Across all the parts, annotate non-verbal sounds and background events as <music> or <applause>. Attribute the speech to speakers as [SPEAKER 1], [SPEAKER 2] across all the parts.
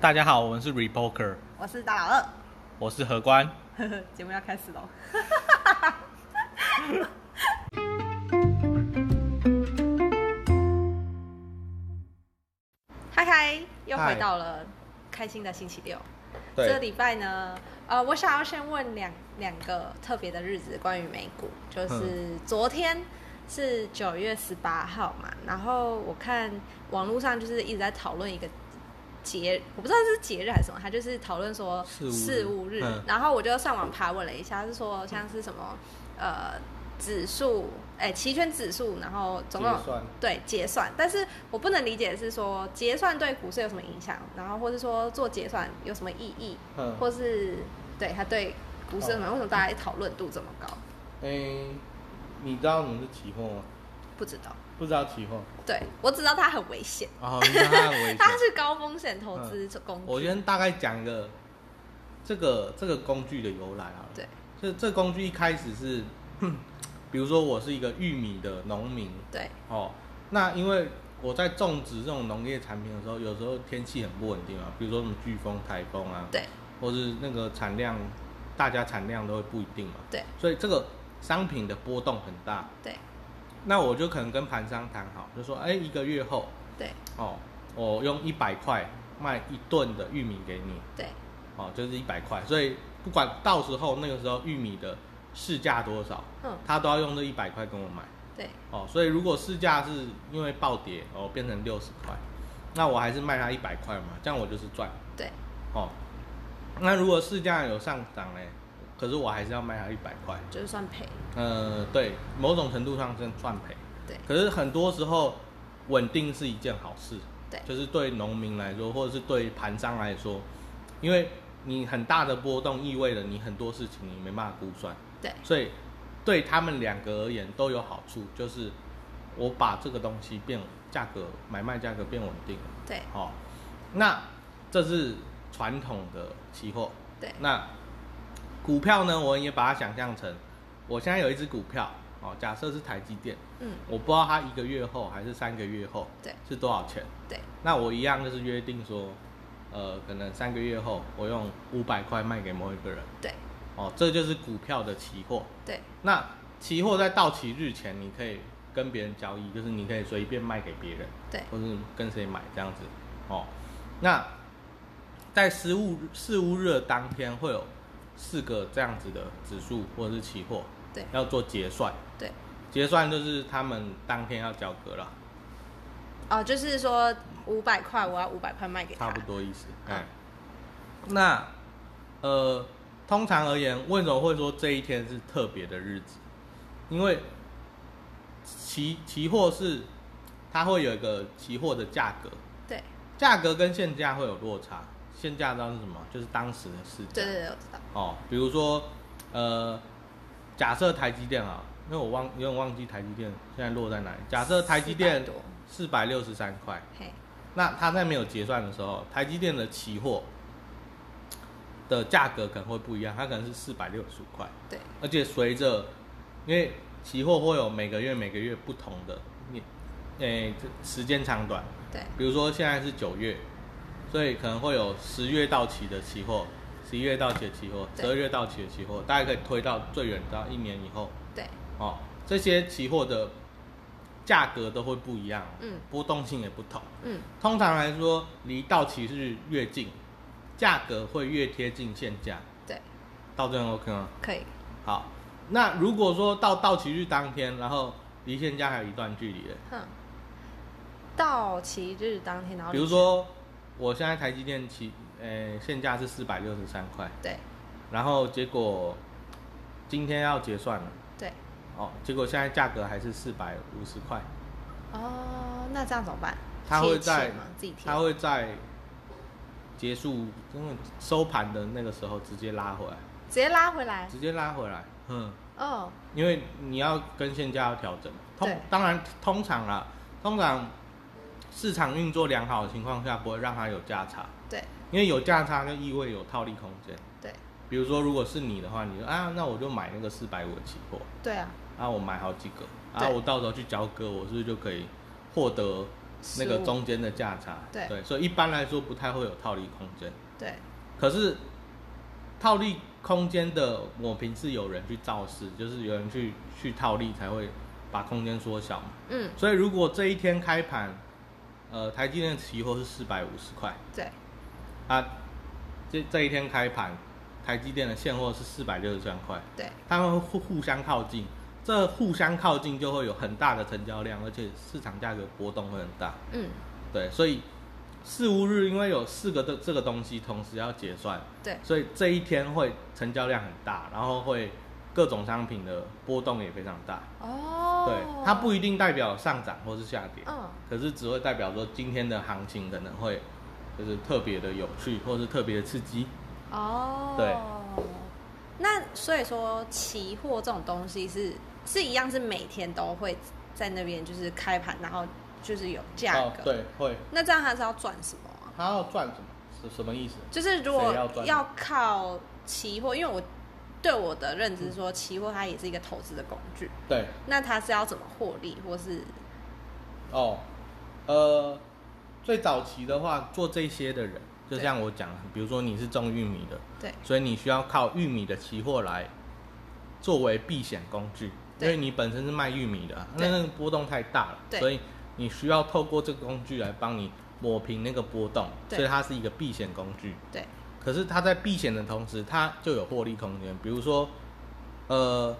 [SPEAKER 1] 大家好，我们是 Repoker，
[SPEAKER 2] 我是大老二
[SPEAKER 1] 我是何官。
[SPEAKER 2] 呵呵， <laughs> 节目要开始喽。嗨嗨，又
[SPEAKER 1] 嗨
[SPEAKER 2] 回到了开心的星期六。这礼拜呢，呃，我想要先问两两个特别的日子，关于美股，就是
[SPEAKER 1] 嗯
[SPEAKER 2] 昨天是九月十八号嘛，然后我看网络上就是一直在讨论一个节，我不知道是节日还是什么，他就是讨论说
[SPEAKER 1] 事务日
[SPEAKER 2] 事务日，
[SPEAKER 1] 嗯
[SPEAKER 2] 然后我就上网爬问了一下，是说像是什么呃指数，哎，期权指数，然后总共有
[SPEAKER 1] 结算
[SPEAKER 2] 对结算，但是我不能理解的是说结算对股市有什么影响，然后或是说做结算有什么意义，
[SPEAKER 1] 嗯哦
[SPEAKER 2] 或是对它对股市有什么，为什么大家讨论度这么高？
[SPEAKER 1] 诶、你知道什么是期货吗？
[SPEAKER 2] 不知道，
[SPEAKER 1] 不知道期货。
[SPEAKER 2] 对我只知道它很危险，
[SPEAKER 1] 哦，你知道它很危险。嗯
[SPEAKER 2] 它 <laughs> 是高风险投资工
[SPEAKER 1] 我
[SPEAKER 2] 具，
[SPEAKER 1] 先大概讲一个这个这个工具的由来啊。
[SPEAKER 2] 对
[SPEAKER 1] 这这工具一开始是， <coughs> 比如说我是一个玉米的农民
[SPEAKER 2] 对
[SPEAKER 1] 哦，那因为我在种植这种农业产品的时候，有时候天气很不稳定啊，比如说什么飓风、台风啊，
[SPEAKER 2] 对
[SPEAKER 1] 或是那个产量，大家产量都会不一定嘛，
[SPEAKER 2] 对
[SPEAKER 1] 所以这个商品的波动很大。
[SPEAKER 2] 对
[SPEAKER 1] 那我就可能跟盘商谈好，就说，哎、一个月后，
[SPEAKER 2] 对
[SPEAKER 1] 哦，我用一百块卖一吨的玉米给你，
[SPEAKER 2] 对
[SPEAKER 1] 哦，就是一百块，所以不管到时候那个时候玉米的市价多少，
[SPEAKER 2] 嗯
[SPEAKER 1] 他都要用这一百块跟我买，
[SPEAKER 2] 对
[SPEAKER 1] 哦，所以如果市价是因为暴跌哦变成六十块，那我还是卖他一百块嘛，这样我就是赚，
[SPEAKER 2] 对
[SPEAKER 1] 哦，那如果市价有上涨嘞，可是我还是要卖他一百块，
[SPEAKER 2] 就是算赔，
[SPEAKER 1] 呃，对，某种程度上是算赔，
[SPEAKER 2] 对
[SPEAKER 1] 可是很多时候稳定是一件好事，
[SPEAKER 2] 对
[SPEAKER 1] 就是对农民来说，或者是对盘商来说，因为你很大的波动意味着你很多事情你没办法估算，
[SPEAKER 2] 对
[SPEAKER 1] 所以对他们两个而言都有好处，就是我把这个东西变价格买卖价格变稳定了，
[SPEAKER 2] 对
[SPEAKER 1] 哦，那这是传统的期货，
[SPEAKER 2] 对
[SPEAKER 1] 那股票呢，我也把它想象成，我现在有一只股票哦，假设是台积电，
[SPEAKER 2] 嗯
[SPEAKER 1] 我不知道它一个月后还是三个月后，
[SPEAKER 2] 对
[SPEAKER 1] 是多少钱。
[SPEAKER 2] 对
[SPEAKER 1] 那我一样就是约定说，呃，可能三个月后我用五百块卖给某一个人，
[SPEAKER 2] 对
[SPEAKER 1] 哦，这就是股票的期货。
[SPEAKER 2] 对
[SPEAKER 1] 那期货在到期日前，你可以跟别人交易，就是你可以随便卖给别人，
[SPEAKER 2] 对
[SPEAKER 1] 或是跟谁买这样子，哦。那在失误事务日的当天，会有四个这样子的指数或者是期货，
[SPEAKER 2] 对
[SPEAKER 1] 要做结算，
[SPEAKER 2] 对，
[SPEAKER 1] 结算就是他们当天要交割了，
[SPEAKER 2] 哦，就是说五百块，我要五百块卖给他，
[SPEAKER 1] 差不，多意思。
[SPEAKER 2] 嗯
[SPEAKER 1] 哎，那呃，通常而言，为什么会说这一天是特别的日子？因为期期货是它会有一个期货的价格，
[SPEAKER 2] 对
[SPEAKER 1] 价格跟现价会有落差。现价当是什么？就是当时的市价。
[SPEAKER 2] 对对对，我知道，
[SPEAKER 1] 哦，比如说，呃，假设台积电啊，因为我忘有点忘记台积电现在落在哪里。假设台积电
[SPEAKER 2] 400多
[SPEAKER 1] 四百六十三块，
[SPEAKER 2] 嘿，
[SPEAKER 1] 那它在没有结算的时候，台积电的期货的价格可能会不一样，它可能是四百六十五块，
[SPEAKER 2] 对
[SPEAKER 1] 而且随着因为期货会有每个月每个月不同的你，诶、这时间长短，
[SPEAKER 2] 对
[SPEAKER 1] 比如说现在是九月，所以可能会有十月到期的期货，十一月到期的期货，十
[SPEAKER 2] 对
[SPEAKER 1] 二月到期的期货，大概可以推到最远到一年以后
[SPEAKER 2] 对
[SPEAKER 1] 哦。这些期货的价格都会不一样，
[SPEAKER 2] 嗯，
[SPEAKER 1] 波动性也不同。
[SPEAKER 2] 嗯
[SPEAKER 1] 通常来说，离到期日越近，价格会越贴近现价。
[SPEAKER 2] 对，
[SPEAKER 1] 到这样 OK 吗？
[SPEAKER 2] 可以，
[SPEAKER 1] 好，那如果说到到期日当天，然后离现价还有一段距离嘞，
[SPEAKER 2] 哼，到期日当天，然后
[SPEAKER 1] 比如说我现在台积电期，呃，现价是四百六十三块，
[SPEAKER 2] 对
[SPEAKER 1] 然后结果今天要结算了，
[SPEAKER 2] 对
[SPEAKER 1] 哦，结果现在价格还是四百五十块，
[SPEAKER 2] 哦，那这样怎么办？
[SPEAKER 1] 它会
[SPEAKER 2] 贴钱
[SPEAKER 1] 在
[SPEAKER 2] 吗？自己贴？
[SPEAKER 1] 它会在结束那个收盘的那个时候直接拉回来。
[SPEAKER 2] 直接拉回来
[SPEAKER 1] 直接拉回来，嗯，
[SPEAKER 2] 哦，
[SPEAKER 1] 因为你要跟现价要调整。通
[SPEAKER 2] 对
[SPEAKER 1] 当然，通常啦，通常市场运作良好的情况下，不会让它有价差，
[SPEAKER 2] 对
[SPEAKER 1] 因为有价差就意味有套利空间。
[SPEAKER 2] 对
[SPEAKER 1] 比如说，如果是你的话，你说啊，那我就买那个四百五的期货，
[SPEAKER 2] 对啊，
[SPEAKER 1] 啊，我买好几个，啊，
[SPEAKER 2] 对
[SPEAKER 1] 我到时候去交割，我是不是就可以获得那个中间的价差。
[SPEAKER 2] 对
[SPEAKER 1] 所以一般来说不太会有套利空间。
[SPEAKER 2] 对，
[SPEAKER 1] 可是套利空间的抹平是有人去造势，就是有人去去套利才会把空间缩小嘛。
[SPEAKER 2] 嗯，
[SPEAKER 1] 所以如果这一天开盘，呃，台积电期货是四百五十块，
[SPEAKER 2] 对，
[SPEAKER 1] 啊，这这一天开盘，台积电的现货是四百六十三块，
[SPEAKER 2] 对，
[SPEAKER 1] 他们互互相靠近，这互相靠近就会有很大的成交量，而且市场价格波动会很大。
[SPEAKER 2] 嗯，
[SPEAKER 1] 对，所以四五日因为有四个的这个东西同时要结算，
[SPEAKER 2] 对，
[SPEAKER 1] 所以这一天会成交量很大，然后会各种商品的波动也非常大。
[SPEAKER 2] 哦，
[SPEAKER 1] 对，它不，一定代表上涨或是下跌，
[SPEAKER 2] 嗯，
[SPEAKER 1] 可是只会代表说今天的行情可能会就是特别的有趣，或是特别的刺激。
[SPEAKER 2] 哦，
[SPEAKER 1] 对。
[SPEAKER 2] 那所以说，期货这种东西是是一样，是每天都会在那边就是开盘，然后就是有价
[SPEAKER 1] 哦
[SPEAKER 2] 格。，
[SPEAKER 1] 对，会。
[SPEAKER 2] 那这样它是要赚什么啊？
[SPEAKER 1] 它要赚什么？是什么意思？
[SPEAKER 2] 就是如果
[SPEAKER 1] 谁要赚
[SPEAKER 2] 要靠期货，因为我对我的认知说，期货它也是一个投资的工具，
[SPEAKER 1] 对，
[SPEAKER 2] 那它是要怎么获利，或是
[SPEAKER 1] 哦，呃，最早期的话，做这些的人，就
[SPEAKER 2] 对
[SPEAKER 1] 像我讲，比如说你是种玉米的，
[SPEAKER 2] 对
[SPEAKER 1] 所以你需要靠玉米的期货来作为避险工具，因
[SPEAKER 2] 对
[SPEAKER 1] 为你本身是卖玉米的啊，那
[SPEAKER 2] 对
[SPEAKER 1] 那个波动太大了，
[SPEAKER 2] 对
[SPEAKER 1] 所以你需要透过这个工具来帮你抹平那个波动，
[SPEAKER 2] 对
[SPEAKER 1] 所以它是一个避险工具。
[SPEAKER 2] 对
[SPEAKER 1] 可是它在避险的同时，它就有获利空间。比如说，呃，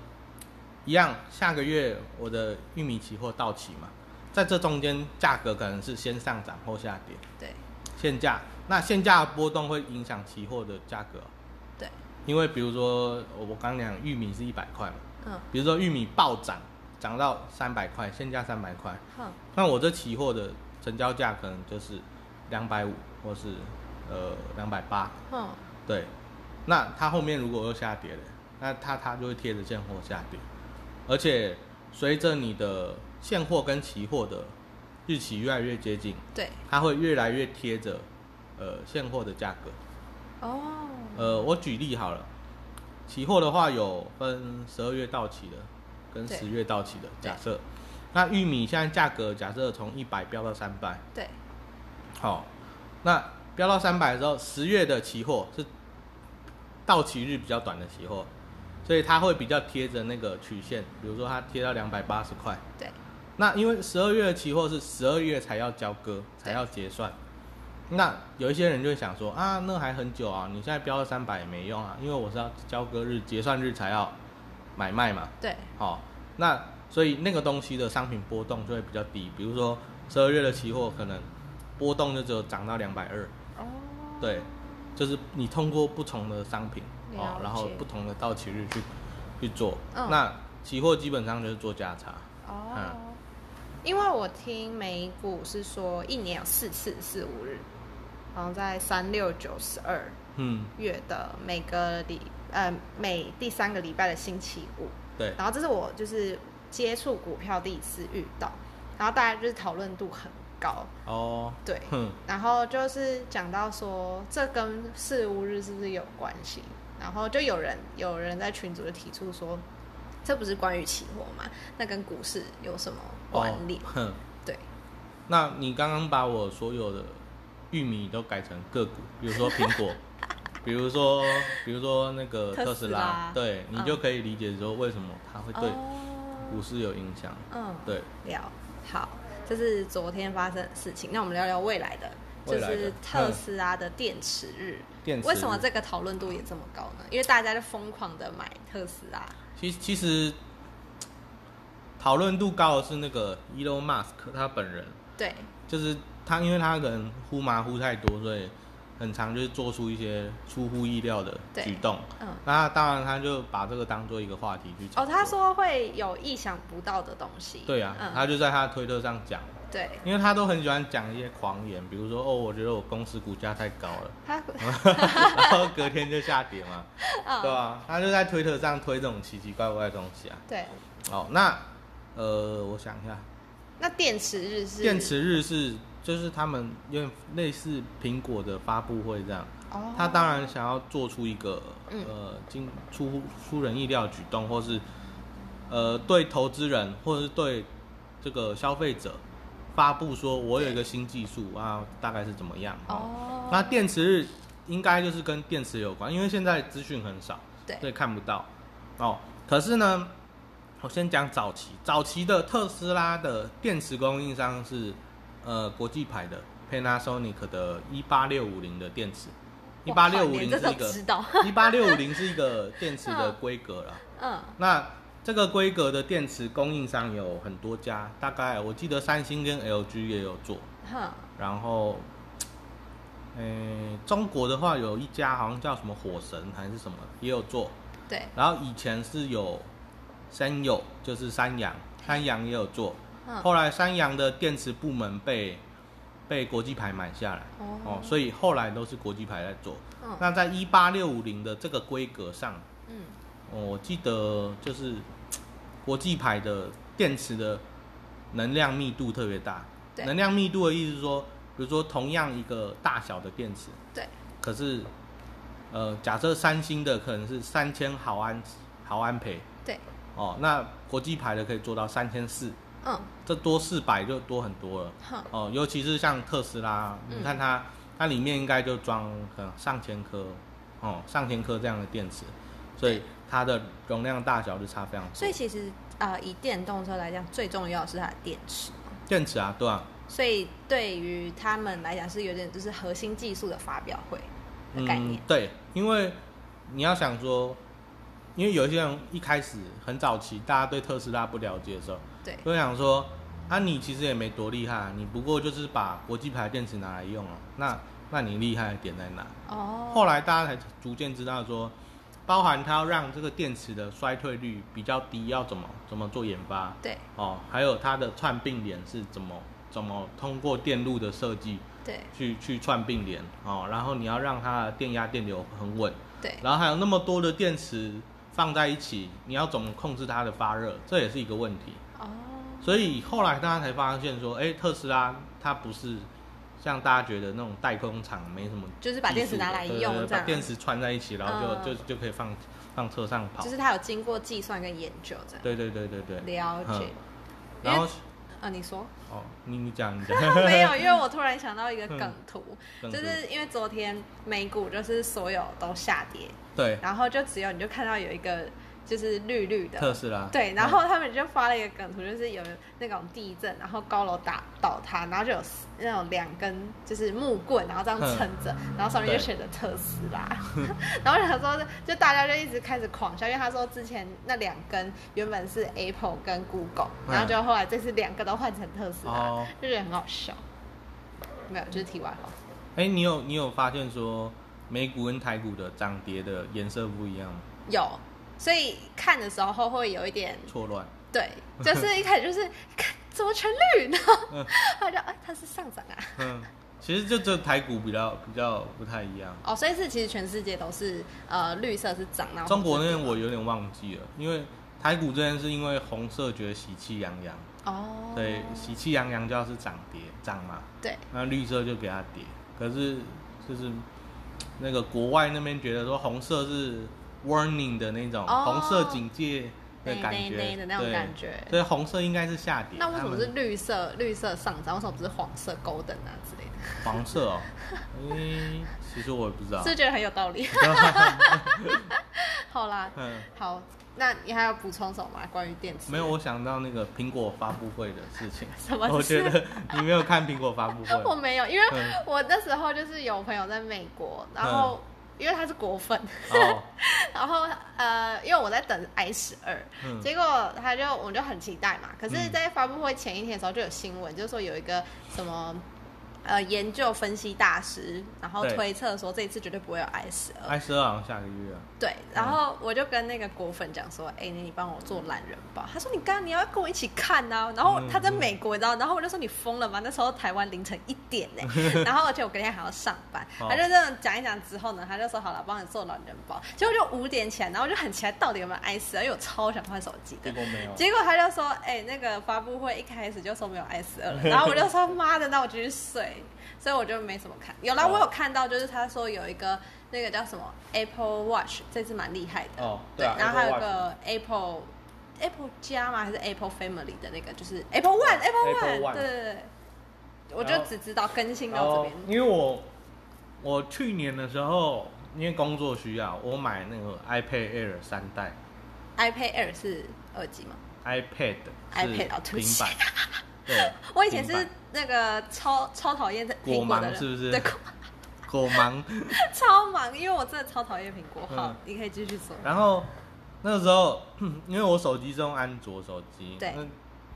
[SPEAKER 1] 一样，下个月我的玉米期货到期嘛，在这中间价格可能是先上涨后下跌，
[SPEAKER 2] 对
[SPEAKER 1] 现价。那现价的波动会影响期货的价格哦，
[SPEAKER 2] 对，
[SPEAKER 1] 因为比如说我我刚讲玉米是一百块嘛，
[SPEAKER 2] 嗯
[SPEAKER 1] 比如说玉米暴涨，涨到三百块，现价三百块，
[SPEAKER 2] 哼
[SPEAKER 1] 那我这期货的成交价可能就是两百五或是呃两百八
[SPEAKER 2] 哼，
[SPEAKER 1] 对，那它后面如果又下跌了，那它它就会贴着现货下跌，而且随着你的现货跟期货的日期越来越接近，
[SPEAKER 2] 对
[SPEAKER 1] 它会越来越贴着呃现货的价格。
[SPEAKER 2] 哦，
[SPEAKER 1] 呃，我举例好了，期货的话有分十二月到期的跟
[SPEAKER 2] 对
[SPEAKER 1] 十月到期的，
[SPEAKER 2] 对
[SPEAKER 1] 假设。那玉米现在价格假设从一百飙到三百，
[SPEAKER 2] 对
[SPEAKER 1] 好，那飙到三百之后，十月的期货是到期日比较短的期货，所以它会比较贴着那个曲线，比如说它贴到两百八十块。
[SPEAKER 2] 对
[SPEAKER 1] 那因为十二月的期货是十二月才要交割，才要结算。那有一些人就会想说啊，那还很久啊，你现在标到三百也没用啊，因为我是要交割日、结算日才要买卖嘛。
[SPEAKER 2] 对
[SPEAKER 1] 好、那所以那个东西的商品波动就会比较低，比如说十二月的期货可能波动就只有涨到两百二，
[SPEAKER 2] 哦，
[SPEAKER 1] 对，就是你通过不同的商品
[SPEAKER 2] 了
[SPEAKER 1] 哦，
[SPEAKER 2] 解
[SPEAKER 1] 然后不同的到期日去去做，
[SPEAKER 2] 嗯
[SPEAKER 1] 那期货基本上就是做价差，
[SPEAKER 2] 哦
[SPEAKER 1] 嗯，
[SPEAKER 2] 因为我听美股是说一年有四次四五日，然后在三六九十二
[SPEAKER 1] 嗯，
[SPEAKER 2] 月的每个礼呃每第三个礼拜的星期五，
[SPEAKER 1] 对，
[SPEAKER 2] 然后这是我就是接触股票第一次遇到，然后大家就是讨论度很高，
[SPEAKER 1] 哦，
[SPEAKER 2] 对，
[SPEAKER 1] 哼，
[SPEAKER 2] 然后就是讲到说这跟四五日是不是有关系，然后就有人有人在群组就提出说，这不是关于期货吗？那跟股市有什么关联？
[SPEAKER 1] 哦，哼，
[SPEAKER 2] 对，
[SPEAKER 1] 那你刚刚把我所有的玉米都改成个股，比如说苹果。比如说，比如说那个
[SPEAKER 2] 特
[SPEAKER 1] 特斯
[SPEAKER 2] 斯拉
[SPEAKER 1] 拉，对你
[SPEAKER 2] 嗯
[SPEAKER 1] 就可以理解说为什么它会对股
[SPEAKER 2] 哦，
[SPEAKER 1] 市有影响。
[SPEAKER 2] 嗯，
[SPEAKER 1] 哎对，
[SPEAKER 2] 聊好，这是昨天发生的事情。那我们聊聊未来的，就
[SPEAKER 1] 未来的嗯
[SPEAKER 2] 是特斯拉的电池日。
[SPEAKER 1] 电池
[SPEAKER 2] 为什么这个讨论度也这么高呢？因为大家就疯狂的买特斯拉。
[SPEAKER 1] 其其实讨论度高的是那个 Elon Musk 他本人，
[SPEAKER 2] 对，
[SPEAKER 1] 就是他，因为他可能呼麻呼太多，所以很常就是做出一些出乎意料的
[SPEAKER 2] 对
[SPEAKER 1] 举动。
[SPEAKER 2] 嗯，
[SPEAKER 1] 那当然，他就把这个当做一个话题去炒
[SPEAKER 2] 哦，
[SPEAKER 1] 作
[SPEAKER 2] 他说会有意想不到的东西。
[SPEAKER 1] 对啊，
[SPEAKER 2] 嗯，
[SPEAKER 1] 他就在他的推特上讲，
[SPEAKER 2] 对，
[SPEAKER 1] 因为他都很喜欢讲一些狂言，比如说哦，我觉得我公司股价太高
[SPEAKER 2] <laughs>
[SPEAKER 1] 了，
[SPEAKER 2] 他
[SPEAKER 1] 然后隔天就下跌嘛，
[SPEAKER 2] 嗯
[SPEAKER 1] 对啊，他就在推特上推这种奇奇怪怪的东西啊。
[SPEAKER 2] 对，
[SPEAKER 1] 哦，那呃，我想一下，
[SPEAKER 2] 那电池日是
[SPEAKER 1] 电池日是就是他们有点类似苹果的发布会这样，
[SPEAKER 2] 哦，
[SPEAKER 1] 他当然想要做出一个
[SPEAKER 2] 嗯
[SPEAKER 1] 呃经出乎出人意料的举动，或是呃对投资人或者是对这个消费者发布说我有一个新技术啊，大概是怎么样？哦，
[SPEAKER 2] 哦，
[SPEAKER 1] 那电池日应该就是跟电池有关，因为现在资讯很少，
[SPEAKER 2] 对
[SPEAKER 1] 所以看不到。哦，可是呢，我先讲早期，早期的特斯拉的电池供应商是呃国际牌的 Panasonic 的一八六五零的电池，一
[SPEAKER 2] 哇
[SPEAKER 1] 八
[SPEAKER 2] 靠
[SPEAKER 1] 六五
[SPEAKER 2] 连
[SPEAKER 1] 零
[SPEAKER 2] 这
[SPEAKER 1] 是
[SPEAKER 2] 都
[SPEAKER 1] 一个
[SPEAKER 2] 知道，
[SPEAKER 1] 一八六五零是一个电池的
[SPEAKER 2] 嗯
[SPEAKER 1] 规格了。
[SPEAKER 2] 嗯，
[SPEAKER 1] 那这个规格的电池供应商有很多家，大概我记得三星跟 LG 也有做，
[SPEAKER 2] 哼，
[SPEAKER 1] 然后，嗯、中国的话有一家好像叫什么火神还是什么也有做，
[SPEAKER 2] 对，
[SPEAKER 1] 然后以前是有山友，就是三洋，三洋也有做，
[SPEAKER 2] 嗯，
[SPEAKER 1] 后来三洋的电池部门被被国际牌买下来，哦，
[SPEAKER 2] 哦，
[SPEAKER 1] 所以后来都是国际牌在做。
[SPEAKER 2] 嗯
[SPEAKER 1] 那在一八六五零的这个规格上，
[SPEAKER 2] 嗯，
[SPEAKER 1] 哦我记得就是嗯国际牌的电池的能量密度特别大。
[SPEAKER 2] 对
[SPEAKER 1] 能量密度的意思是说，比如说同样一个大小的电池，
[SPEAKER 2] 对，
[SPEAKER 1] 可是呃，假设三星的可能是三千毫安毫安培，
[SPEAKER 2] 对，
[SPEAKER 1] 哦，那国际牌的可以做到三千四，
[SPEAKER 2] 嗯，
[SPEAKER 1] 这多四百就多很多了。
[SPEAKER 2] 哼，
[SPEAKER 1] 哦，尤其是像特斯拉，
[SPEAKER 2] 嗯
[SPEAKER 1] 你看它，它里面应该就装可能上千颗，哦，上千颗这样的电池，所以它的容量大小就差非常多。
[SPEAKER 2] 所以其实呃，以电动车来讲，最重要的是它的电池，
[SPEAKER 1] 电池啊，对啊，
[SPEAKER 2] 所以对于他们来讲是有点就是核心技术的发表会的概
[SPEAKER 1] 嗯
[SPEAKER 2] 念，，
[SPEAKER 1] 对，因为你要想说，因为有一些人一开始很早期，大家对特斯拉不了解的时候，
[SPEAKER 2] 对，
[SPEAKER 1] 就会想说，啊，你其实也没多厉害，啊你不过就是把国际牌电池拿来用了、那那你厉害的点在哪？
[SPEAKER 2] 哦，
[SPEAKER 1] 后来大家才逐渐知道说，包含它要让这个电池的衰退率比较低，要怎么怎么做研发
[SPEAKER 2] 对
[SPEAKER 1] 哦，还有它的串并联是怎么怎么通过电路的设计
[SPEAKER 2] 对
[SPEAKER 1] 去去串并联哦，然后你要让它的电压电流很稳，
[SPEAKER 2] 对，
[SPEAKER 1] 然后还有那么多的电池放在一起，你要怎么控制它的发热，这也是一个问题。
[SPEAKER 2] 哦，
[SPEAKER 1] 所以后来大家才发现说，哎，特斯拉它不是像大家觉得那种代工厂没什么技术的，
[SPEAKER 2] 就是把电池拿来
[SPEAKER 1] 对对
[SPEAKER 2] 用
[SPEAKER 1] 对
[SPEAKER 2] 这
[SPEAKER 1] 把
[SPEAKER 2] 样
[SPEAKER 1] 电池串在一起，然后就、
[SPEAKER 2] 嗯
[SPEAKER 1] 就就可以放放车上跑
[SPEAKER 2] 就。是它有经过计算跟研究这样，
[SPEAKER 1] 对对对对对。
[SPEAKER 2] 了解
[SPEAKER 1] 嗯，
[SPEAKER 2] 因为
[SPEAKER 1] 然后
[SPEAKER 2] 啊，
[SPEAKER 1] <laughs>
[SPEAKER 2] 你说
[SPEAKER 1] 哦，你你讲你讲，
[SPEAKER 2] <laughs> 没有？因为我突然想到一个
[SPEAKER 1] 嗯
[SPEAKER 2] 梗图，
[SPEAKER 1] 更
[SPEAKER 2] 就
[SPEAKER 1] 多
[SPEAKER 2] 是因为昨天美股就是所有都下跌， <laughs>
[SPEAKER 1] 对
[SPEAKER 2] 然后就只有你就看到有一个就是绿绿
[SPEAKER 1] 特
[SPEAKER 2] 的，
[SPEAKER 1] 斯拉。
[SPEAKER 2] 对，然后他们就发了一个梗图，就是有那种地震，然后高楼打倒塌，然后就有那种两根就是木棍，然后这样撑着，然后上面就
[SPEAKER 1] 嗯对
[SPEAKER 2] 写着特斯
[SPEAKER 1] <laughs>
[SPEAKER 2] 拉，然后想说就大家就一直开始狂笑，因为他说之前那两根原本是 Apple 跟 Google，
[SPEAKER 1] 嗯
[SPEAKER 2] 然后就后来这次两个都换成特斯
[SPEAKER 1] 嗯
[SPEAKER 2] 拉，
[SPEAKER 1] 哦，
[SPEAKER 2] 就觉得很好笑。没有，就是题外话。
[SPEAKER 1] 哎，你有你有发现说美股跟台股的涨跌的颜色不一样吗，
[SPEAKER 2] 有，所以看的时候会有一点
[SPEAKER 1] 错乱。 <laughs>
[SPEAKER 2] 对，就是一开始就是看怎么全绿，然后
[SPEAKER 1] 嗯
[SPEAKER 2] 后来就哎它是上涨啊，
[SPEAKER 1] 嗯，其实就这台股比较比较不太一样。
[SPEAKER 2] 哦，所以是其实全世界都是呃绿色是涨，然后
[SPEAKER 1] 中国那
[SPEAKER 2] 红色
[SPEAKER 1] 边
[SPEAKER 2] 是
[SPEAKER 1] 我有点忘记了，因为台股这边是因为红色觉得喜气洋洋，
[SPEAKER 2] 哦，
[SPEAKER 1] 所以喜气洋洋就要是涨跌涨嘛，
[SPEAKER 2] 对
[SPEAKER 1] 那绿色就给它跌。可是就是那个国外那边觉得说红色是 warning 的那种，
[SPEAKER 2] 哦
[SPEAKER 1] 红色警戒的感
[SPEAKER 2] 对对
[SPEAKER 1] 觉
[SPEAKER 2] 对的那种
[SPEAKER 1] 对
[SPEAKER 2] 感觉
[SPEAKER 1] 所以红色应该是下跌。
[SPEAKER 2] 那为什么是
[SPEAKER 1] 他们
[SPEAKER 2] 绿色绿色上涨？为什么不是黄色 golden 啊之类的？
[SPEAKER 1] 黄色
[SPEAKER 2] <laughs>
[SPEAKER 1] 哦？诶，其实我也不知道
[SPEAKER 2] 是不。 <laughs> 是觉得很有道理？好啦，
[SPEAKER 1] <laughs> 嗯，
[SPEAKER 2] 好，那你还要补充什么吗？关于电池？
[SPEAKER 1] 没有，我想到那个苹果发布会的事情。
[SPEAKER 2] 什么事？。
[SPEAKER 1] 我觉得你没有看苹果发布会
[SPEAKER 2] <laughs> <laughs> 我没有，因为
[SPEAKER 1] 嗯
[SPEAKER 2] 我那时候就是有朋友在美国，然后因为他是果粉，
[SPEAKER 1] 哦，
[SPEAKER 2] <laughs> 然后呃，因为我在等 i 十二， <laughs>
[SPEAKER 1] 嗯，
[SPEAKER 2] 结果他就我就很期待嘛。可是，在发布会前一天的时候就有新闻，就是说有一个什么呃研究分析大师，然后
[SPEAKER 1] 对嗯
[SPEAKER 2] 推测说这一次绝对不会有 i 十二。
[SPEAKER 1] 艾斯尔好像下个月啊。
[SPEAKER 2] 对，然后我就跟那个果粉讲说：“哎、你帮我做懒人包。”他说：“你刚刚你要跟我一起看呐、然后
[SPEAKER 1] 嗯
[SPEAKER 2] 他在美国，你知道，然后我就说：“你疯了吗？那时候台湾凌晨一点呢、 <laughs> 然后而且我隔天还要上班。
[SPEAKER 1] 哦
[SPEAKER 2] 他就这样讲一讲之后呢，他就说：“好了，帮你做懒人包。”结果就五点起来，然后我就很期待到底有没有 i 十二，因为我超想换手机的
[SPEAKER 1] 结。果没有。
[SPEAKER 2] 结果他就说：“哎、那个发布会一开始就说没有 S 二了。” <laughs> 然后我就说：“妈的，那我继续睡。”所以我就没什么看。有啦，
[SPEAKER 1] 哦
[SPEAKER 2] 我有看到，就是他说有一个那个叫什么 Apple Watch，这只蛮厉害的。
[SPEAKER 1] 哦
[SPEAKER 2] 对
[SPEAKER 1] 对啊
[SPEAKER 2] 然后还有
[SPEAKER 1] Apple
[SPEAKER 2] 个 Apple Apple 加吗？还是 Apple Family 的那个，就是 Apple One，Apple
[SPEAKER 1] 哦 Apple One
[SPEAKER 2] One，对对对。我就只知道更新到这边。
[SPEAKER 1] 哦因为我我去年的时候，因为工作需要，我买那个 iPad Air 三代
[SPEAKER 2] iPad Air 是耳机吗？
[SPEAKER 1] ，iPad 是
[SPEAKER 2] iPad 哦对不
[SPEAKER 1] 平
[SPEAKER 2] 起
[SPEAKER 1] 板，
[SPEAKER 2] <laughs>
[SPEAKER 1] 对，
[SPEAKER 2] 我以前
[SPEAKER 1] 平板
[SPEAKER 2] 是那个超超讨厌的苹果
[SPEAKER 1] 果
[SPEAKER 2] 的人，
[SPEAKER 1] 盲是不是
[SPEAKER 2] 对，果
[SPEAKER 1] 狗盲。
[SPEAKER 2] 超忙，因为我真的超讨厌苹果。好
[SPEAKER 1] 嗯，
[SPEAKER 2] 你可以继续说。
[SPEAKER 1] 然后那时候， <coughs> 因为我手机是用安卓手机，
[SPEAKER 2] 对
[SPEAKER 1] 那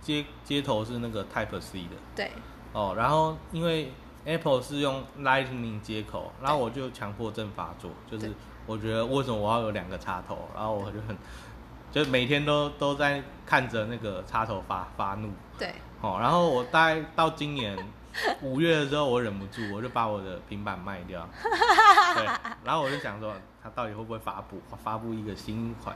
[SPEAKER 1] 接接头是那个 Type C 的
[SPEAKER 2] 对，
[SPEAKER 1] 哦。然后因为 Apple 是用 Lightning 接口，然后我就强迫症发作，就是
[SPEAKER 2] 对
[SPEAKER 1] 我觉得为什么我要有两个插头，然后我就很就每天都都在看着那个插头发发怒
[SPEAKER 2] 对，
[SPEAKER 1] 哦。然后我大概到今
[SPEAKER 2] <laughs>
[SPEAKER 1] 年五月的时候，我忍不住，我就把我的平板卖
[SPEAKER 2] <laughs>
[SPEAKER 1] 掉。对，然后我就想说，它到底会不会发布发布一个新款？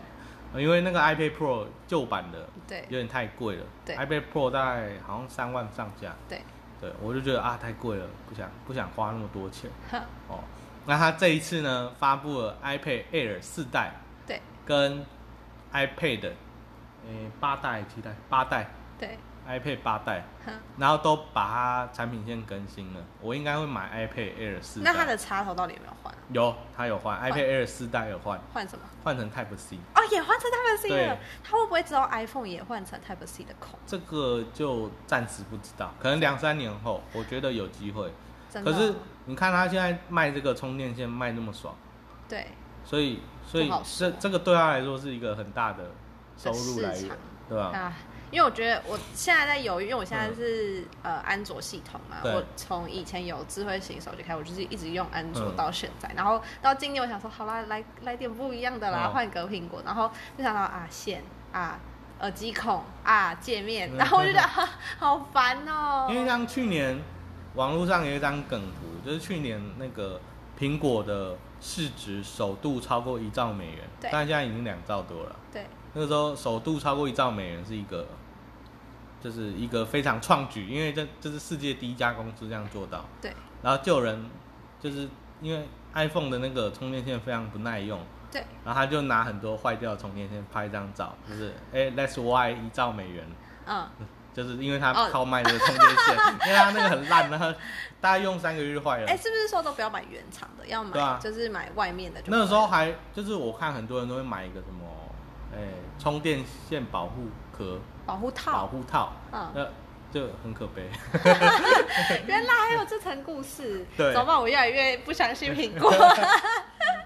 [SPEAKER 1] 呃因为那个 iPad Pro 旧版的
[SPEAKER 2] 对
[SPEAKER 1] 有点太贵了，
[SPEAKER 2] 对
[SPEAKER 1] iPad Pro 大概好像三万上下，
[SPEAKER 2] 对，
[SPEAKER 1] 对我就觉得啊太贵了，不想不想花那么多钱
[SPEAKER 2] 哼
[SPEAKER 1] 哦。那它这一次呢，发布了 iPad Air 四代
[SPEAKER 2] 对，
[SPEAKER 1] 跟 iPad 的诶八代七代八代
[SPEAKER 2] 对，
[SPEAKER 1] iPad 八代，
[SPEAKER 2] 哼
[SPEAKER 1] 然后都把它产品线更新了。我应该会买 iPad Air 四代。
[SPEAKER 2] 那它的插头到底有没有换？
[SPEAKER 1] 有，它有换 iPad Air 四代有换，
[SPEAKER 2] 换什么？
[SPEAKER 1] 换成 Type C，
[SPEAKER 2] 哦，也换成 Type C 了
[SPEAKER 1] 对。
[SPEAKER 2] 它会不会之后 iPhone 也换成 Type C 的孔？
[SPEAKER 1] 这个就暂时不知道，可能两三年后，我觉得有机会。
[SPEAKER 2] 真的
[SPEAKER 1] 可
[SPEAKER 2] 哦？
[SPEAKER 1] 是你看它现在卖这个充电线卖那么爽，
[SPEAKER 2] 对，
[SPEAKER 1] 所以所以
[SPEAKER 2] 不好说
[SPEAKER 1] 这这个对他来说是一个很大的收入来
[SPEAKER 2] 市
[SPEAKER 1] 源
[SPEAKER 2] 场，
[SPEAKER 1] 对吧、
[SPEAKER 2] 啊，因为我觉得我现在在犹豫，因为我现在是、呃安卓系统嘛，
[SPEAKER 1] 对
[SPEAKER 2] 我从以前有智慧型手机开始，我就是一直用安卓
[SPEAKER 1] 嗯
[SPEAKER 2] 到现在，然后到今年我想说，好啦，来来点不一样的啦，
[SPEAKER 1] 嗯
[SPEAKER 2] 换、个苹果，然后就想到啊线啊耳机孔啊界面，然后我就觉得、啊、好烦哦、
[SPEAKER 1] 嗯因为像去年网络上有一张梗图，就是去年那个苹果的市值首度超过一兆美元，
[SPEAKER 2] 对
[SPEAKER 1] 但现在已经两兆多了。
[SPEAKER 2] 对
[SPEAKER 1] 那个时候首度超过一兆美元是一个，就是一个非常创举，因为这这是世界第一家公司这样做到。
[SPEAKER 2] 对
[SPEAKER 1] 然后就有人就是因为 iPhone 的那个充电线非常不耐用，
[SPEAKER 2] 对，
[SPEAKER 1] 然后他就拿很多坏掉的充电线拍一张照，就是哎、that's why 一兆美元。
[SPEAKER 2] 嗯，
[SPEAKER 1] 就是因为他
[SPEAKER 2] 哦
[SPEAKER 1] 靠卖这个充电
[SPEAKER 2] <laughs>
[SPEAKER 1] 线，因为他那个很烂，然后大概用三个月就坏了。
[SPEAKER 2] 哎、是不是说都不要买原厂的，要买、
[SPEAKER 1] 对啊
[SPEAKER 2] 就是买外面的就可以了？
[SPEAKER 1] 那时候还就是我看很多人都会买一个什么，哎、充电线保护壳、
[SPEAKER 2] 保护
[SPEAKER 1] 保
[SPEAKER 2] 套，
[SPEAKER 1] 护套，
[SPEAKER 2] 嗯。
[SPEAKER 1] 那就很可悲。 <laughs>
[SPEAKER 2] <laughs> 原来还有这层故事，
[SPEAKER 1] 对
[SPEAKER 2] 怎么办？我越来越不相信苹果。 <laughs>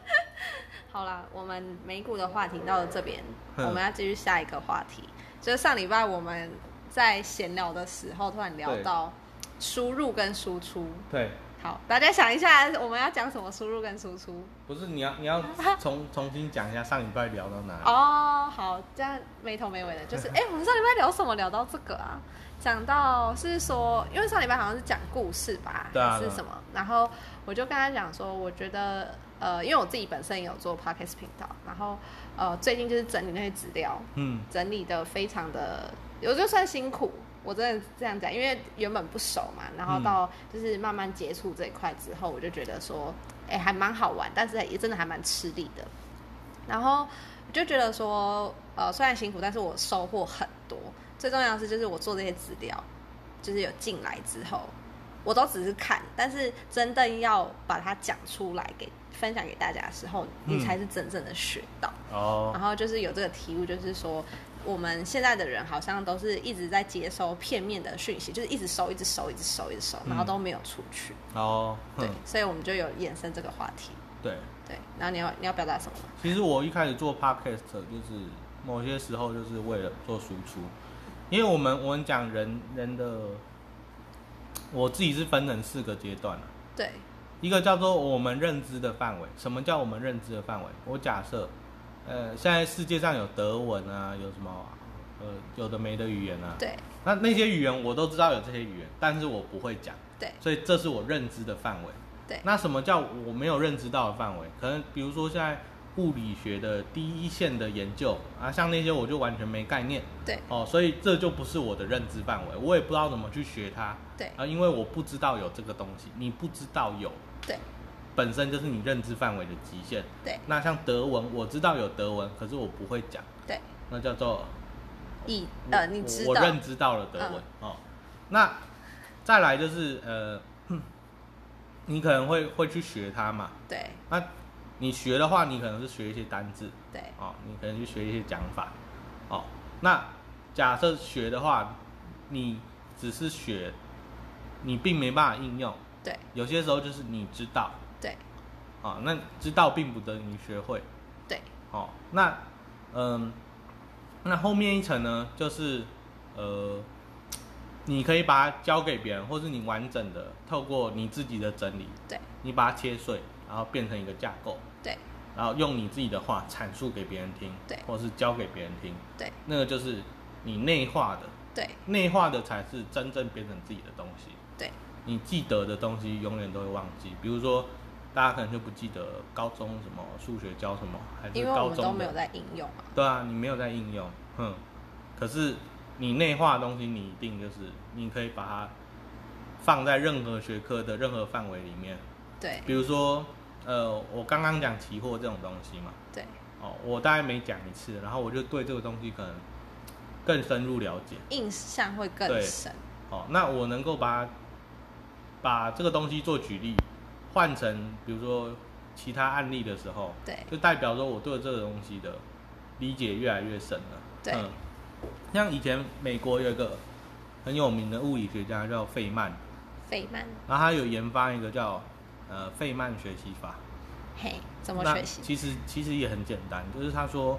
[SPEAKER 2] 好啦，我们美股的话题到了这边，
[SPEAKER 1] 嗯
[SPEAKER 2] 我们要继续下一个话题。就是上礼拜我们在闲聊的时候，突然聊
[SPEAKER 1] 对
[SPEAKER 2] 到输入跟输出。
[SPEAKER 1] 对，
[SPEAKER 2] 好，大家想一下，我们要讲什么输入跟输出？
[SPEAKER 1] 不是你要你要重重新讲一下上礼拜聊到哪里？
[SPEAKER 2] 哦，好，这样没头没尾
[SPEAKER 1] <laughs>
[SPEAKER 2] 的，就是哎、诶我们上礼拜聊什么？聊到这个啊，讲到是说，因为上礼拜好像是讲故事吧，
[SPEAKER 1] 对啊
[SPEAKER 2] 还是
[SPEAKER 1] 对啊
[SPEAKER 2] 什么？然后我就跟他讲说，我觉得呃，因为我自己本身也有做 podcast 频道，然后呃，最近就是整理那些资料，
[SPEAKER 1] 嗯，
[SPEAKER 2] 整理的非常的，我就算辛苦，我真的这样讲，因为原本不熟嘛，然后到就是慢慢接触这一块之后，我就觉得说，哎、还蛮好玩，但是也真的还蛮吃力的。然后我就觉得说，呃，虽然辛苦，但是我收获很多。最重要的是，就是我做这些资料，就是有进来之后，我都只是看，但是真正要把它讲出来给分享给大家的时候，
[SPEAKER 1] 嗯
[SPEAKER 2] 你才是真正的学到。
[SPEAKER 1] 哦，
[SPEAKER 2] 然后就是有这个题目，就是说我们现在的人好像都是一直在接收片面的讯息，就是一直收，一直收，一直收，一直收，
[SPEAKER 1] 嗯
[SPEAKER 2] 然后都没有出去。
[SPEAKER 1] 哦，
[SPEAKER 2] 对
[SPEAKER 1] 哼，
[SPEAKER 2] 所以我们就有延伸这个话题。
[SPEAKER 1] 对。
[SPEAKER 2] 对，然后你要你要表达什么吗？
[SPEAKER 1] 其实我一开始做 podcast 就是某些时候就是为了做输出，因为我们我们讲人人的，我自己是分成四个阶段啊
[SPEAKER 2] 对
[SPEAKER 1] 一个叫做我们认知的范围，什么叫我们认知的范围？我假设，呃，现在世界上有德文啊，有什么呃有的没的语言啊，
[SPEAKER 2] 对
[SPEAKER 1] 那那些语言我都知道有这些语言，但是我不会讲，
[SPEAKER 2] 对
[SPEAKER 1] 所以这是我认知的范围。
[SPEAKER 2] 对
[SPEAKER 1] 那什么叫我没有认知到的范围？可能比如说现在物理学的第一线的研究啊，像那些我就完全没概念
[SPEAKER 2] 对
[SPEAKER 1] 哦，所以这就不是我的认知范围，我也不知道怎么去学它
[SPEAKER 2] 对
[SPEAKER 1] 啊，因为我不知道有这个东西，你不知道有，
[SPEAKER 2] 对
[SPEAKER 1] 本身就是你认知范围的极限。
[SPEAKER 2] 对
[SPEAKER 1] 那像德文，我知道有德文，可是我不会讲，
[SPEAKER 2] 对，
[SPEAKER 1] 那叫做
[SPEAKER 2] 以
[SPEAKER 1] 我
[SPEAKER 2] 呃，你知
[SPEAKER 1] 我
[SPEAKER 2] 道嗯
[SPEAKER 1] 认知到了德文、哦。那再来就是呃， <coughs> 你可能会会去学它嘛。
[SPEAKER 2] 对
[SPEAKER 1] 那你学的话，你可能是学一些单字
[SPEAKER 2] 对，
[SPEAKER 1] 哦，你可能去学一些讲法哦。那假设学的话，你只是学，你并没办法应用。
[SPEAKER 2] 对
[SPEAKER 1] 有些时候就是你知道
[SPEAKER 2] 对
[SPEAKER 1] 啊、哦那知道并不等于学会。
[SPEAKER 2] 对，
[SPEAKER 1] 哦，那嗯，那后面一层呢，就是呃，你可以把它交给别人，或是你完整的透过你自己的整理，
[SPEAKER 2] 对，
[SPEAKER 1] 你把它切碎，然后变成一个架构，
[SPEAKER 2] 对，
[SPEAKER 1] 然后用你自己的话阐述给别人听，
[SPEAKER 2] 对
[SPEAKER 1] 或是教给别人听，
[SPEAKER 2] 对，
[SPEAKER 1] 那个就是你内化的，
[SPEAKER 2] 对，
[SPEAKER 1] 内化的才是真正变成自己的东西。
[SPEAKER 2] 对，
[SPEAKER 1] 你记得的东西永远都会忘记，比如说。大家可能就不记得高中什么数学教什么，还是
[SPEAKER 2] 因为
[SPEAKER 1] 高
[SPEAKER 2] 我
[SPEAKER 1] 中的
[SPEAKER 2] 们都没有在应用嘛。
[SPEAKER 1] 对啊，你没有在应用，哼。可是你内化的东西，你一定就是你可以把它放在任何学科的任何范围里面。
[SPEAKER 2] 对
[SPEAKER 1] 比如说，呃，我刚刚讲期货这种东西嘛，
[SPEAKER 2] 对
[SPEAKER 1] 哦，我大概每讲一次，然后我就对这个东西可能更深入了解。
[SPEAKER 2] 印象会更
[SPEAKER 1] 对
[SPEAKER 2] 深。
[SPEAKER 1] 哦，那我能够把它把这个东西做举例，换成比如说其他案例的时候，
[SPEAKER 2] 对
[SPEAKER 1] 就代表说我对这个东西的理解越来越深了。
[SPEAKER 2] 对
[SPEAKER 1] 嗯，像以前美国有一个很有名的物理学家叫费曼，
[SPEAKER 2] 费曼，
[SPEAKER 1] 然后他有研发一个叫呃费曼学习法。
[SPEAKER 2] 嘿，怎么
[SPEAKER 1] 那
[SPEAKER 2] 学习？
[SPEAKER 1] 其实其实也很简单，就是他说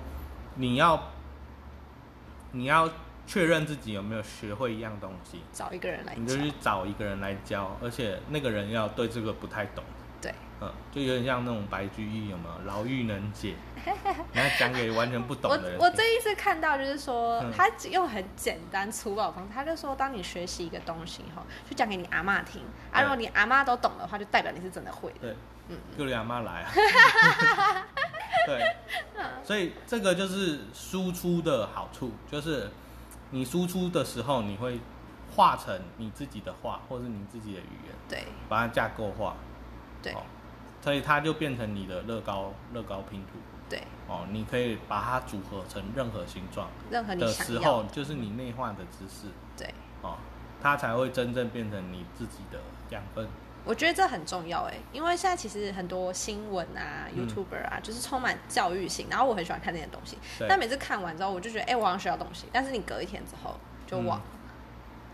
[SPEAKER 1] 你要你要确认自己有没有学会一样东西，
[SPEAKER 2] 找一个人来
[SPEAKER 1] 你就
[SPEAKER 2] 教。
[SPEAKER 1] 去找一个人来教，而且那个人要对这个不太懂。
[SPEAKER 2] 对
[SPEAKER 1] 嗯，就有点像那种白居易有没有？牢狱能
[SPEAKER 2] <laughs>
[SPEAKER 1] 解，然后讲给完全不懂
[SPEAKER 2] 我
[SPEAKER 1] 的人
[SPEAKER 2] 我
[SPEAKER 1] 听
[SPEAKER 2] 这一次看到就是说，
[SPEAKER 1] 嗯
[SPEAKER 2] 他用很简单粗暴的方式，他就说，当你学习一个东西以后，就讲给你阿妈听啊，
[SPEAKER 1] 对
[SPEAKER 2] 如果你阿妈都懂的话，就代表你是真的会的。
[SPEAKER 1] 对，
[SPEAKER 2] 嗯
[SPEAKER 1] 就两妈
[SPEAKER 2] <laughs>
[SPEAKER 1] 来啊。对，
[SPEAKER 2] 嗯
[SPEAKER 1] 所以这个就是输出的好处，就是你输出的时候，你会化成你自己的话，或是你自己的语言，
[SPEAKER 2] 对
[SPEAKER 1] 把它架构化。
[SPEAKER 2] 对
[SPEAKER 1] 哦所以它就变成你的乐高乐高拼图。
[SPEAKER 2] 对，
[SPEAKER 1] 哦，你可以把它组合成任何形状
[SPEAKER 2] 任何你
[SPEAKER 1] 的
[SPEAKER 2] 想
[SPEAKER 1] 时
[SPEAKER 2] 要
[SPEAKER 1] 候，
[SPEAKER 2] 的，
[SPEAKER 1] 就是你内化的知识
[SPEAKER 2] 对，
[SPEAKER 1] 哦，它才会真正变成你自己的养分。
[SPEAKER 2] 我觉得这很重要哎，因为现在其实很多新闻啊、
[SPEAKER 1] 嗯
[SPEAKER 2] YouTuber 啊，就是充满教育性，然后我很喜欢看这些东西，
[SPEAKER 1] 对
[SPEAKER 2] 但每次看完之后，我就觉得哎、我好像学到东西，但是你隔一天之后就
[SPEAKER 1] 嗯
[SPEAKER 2] 忘了。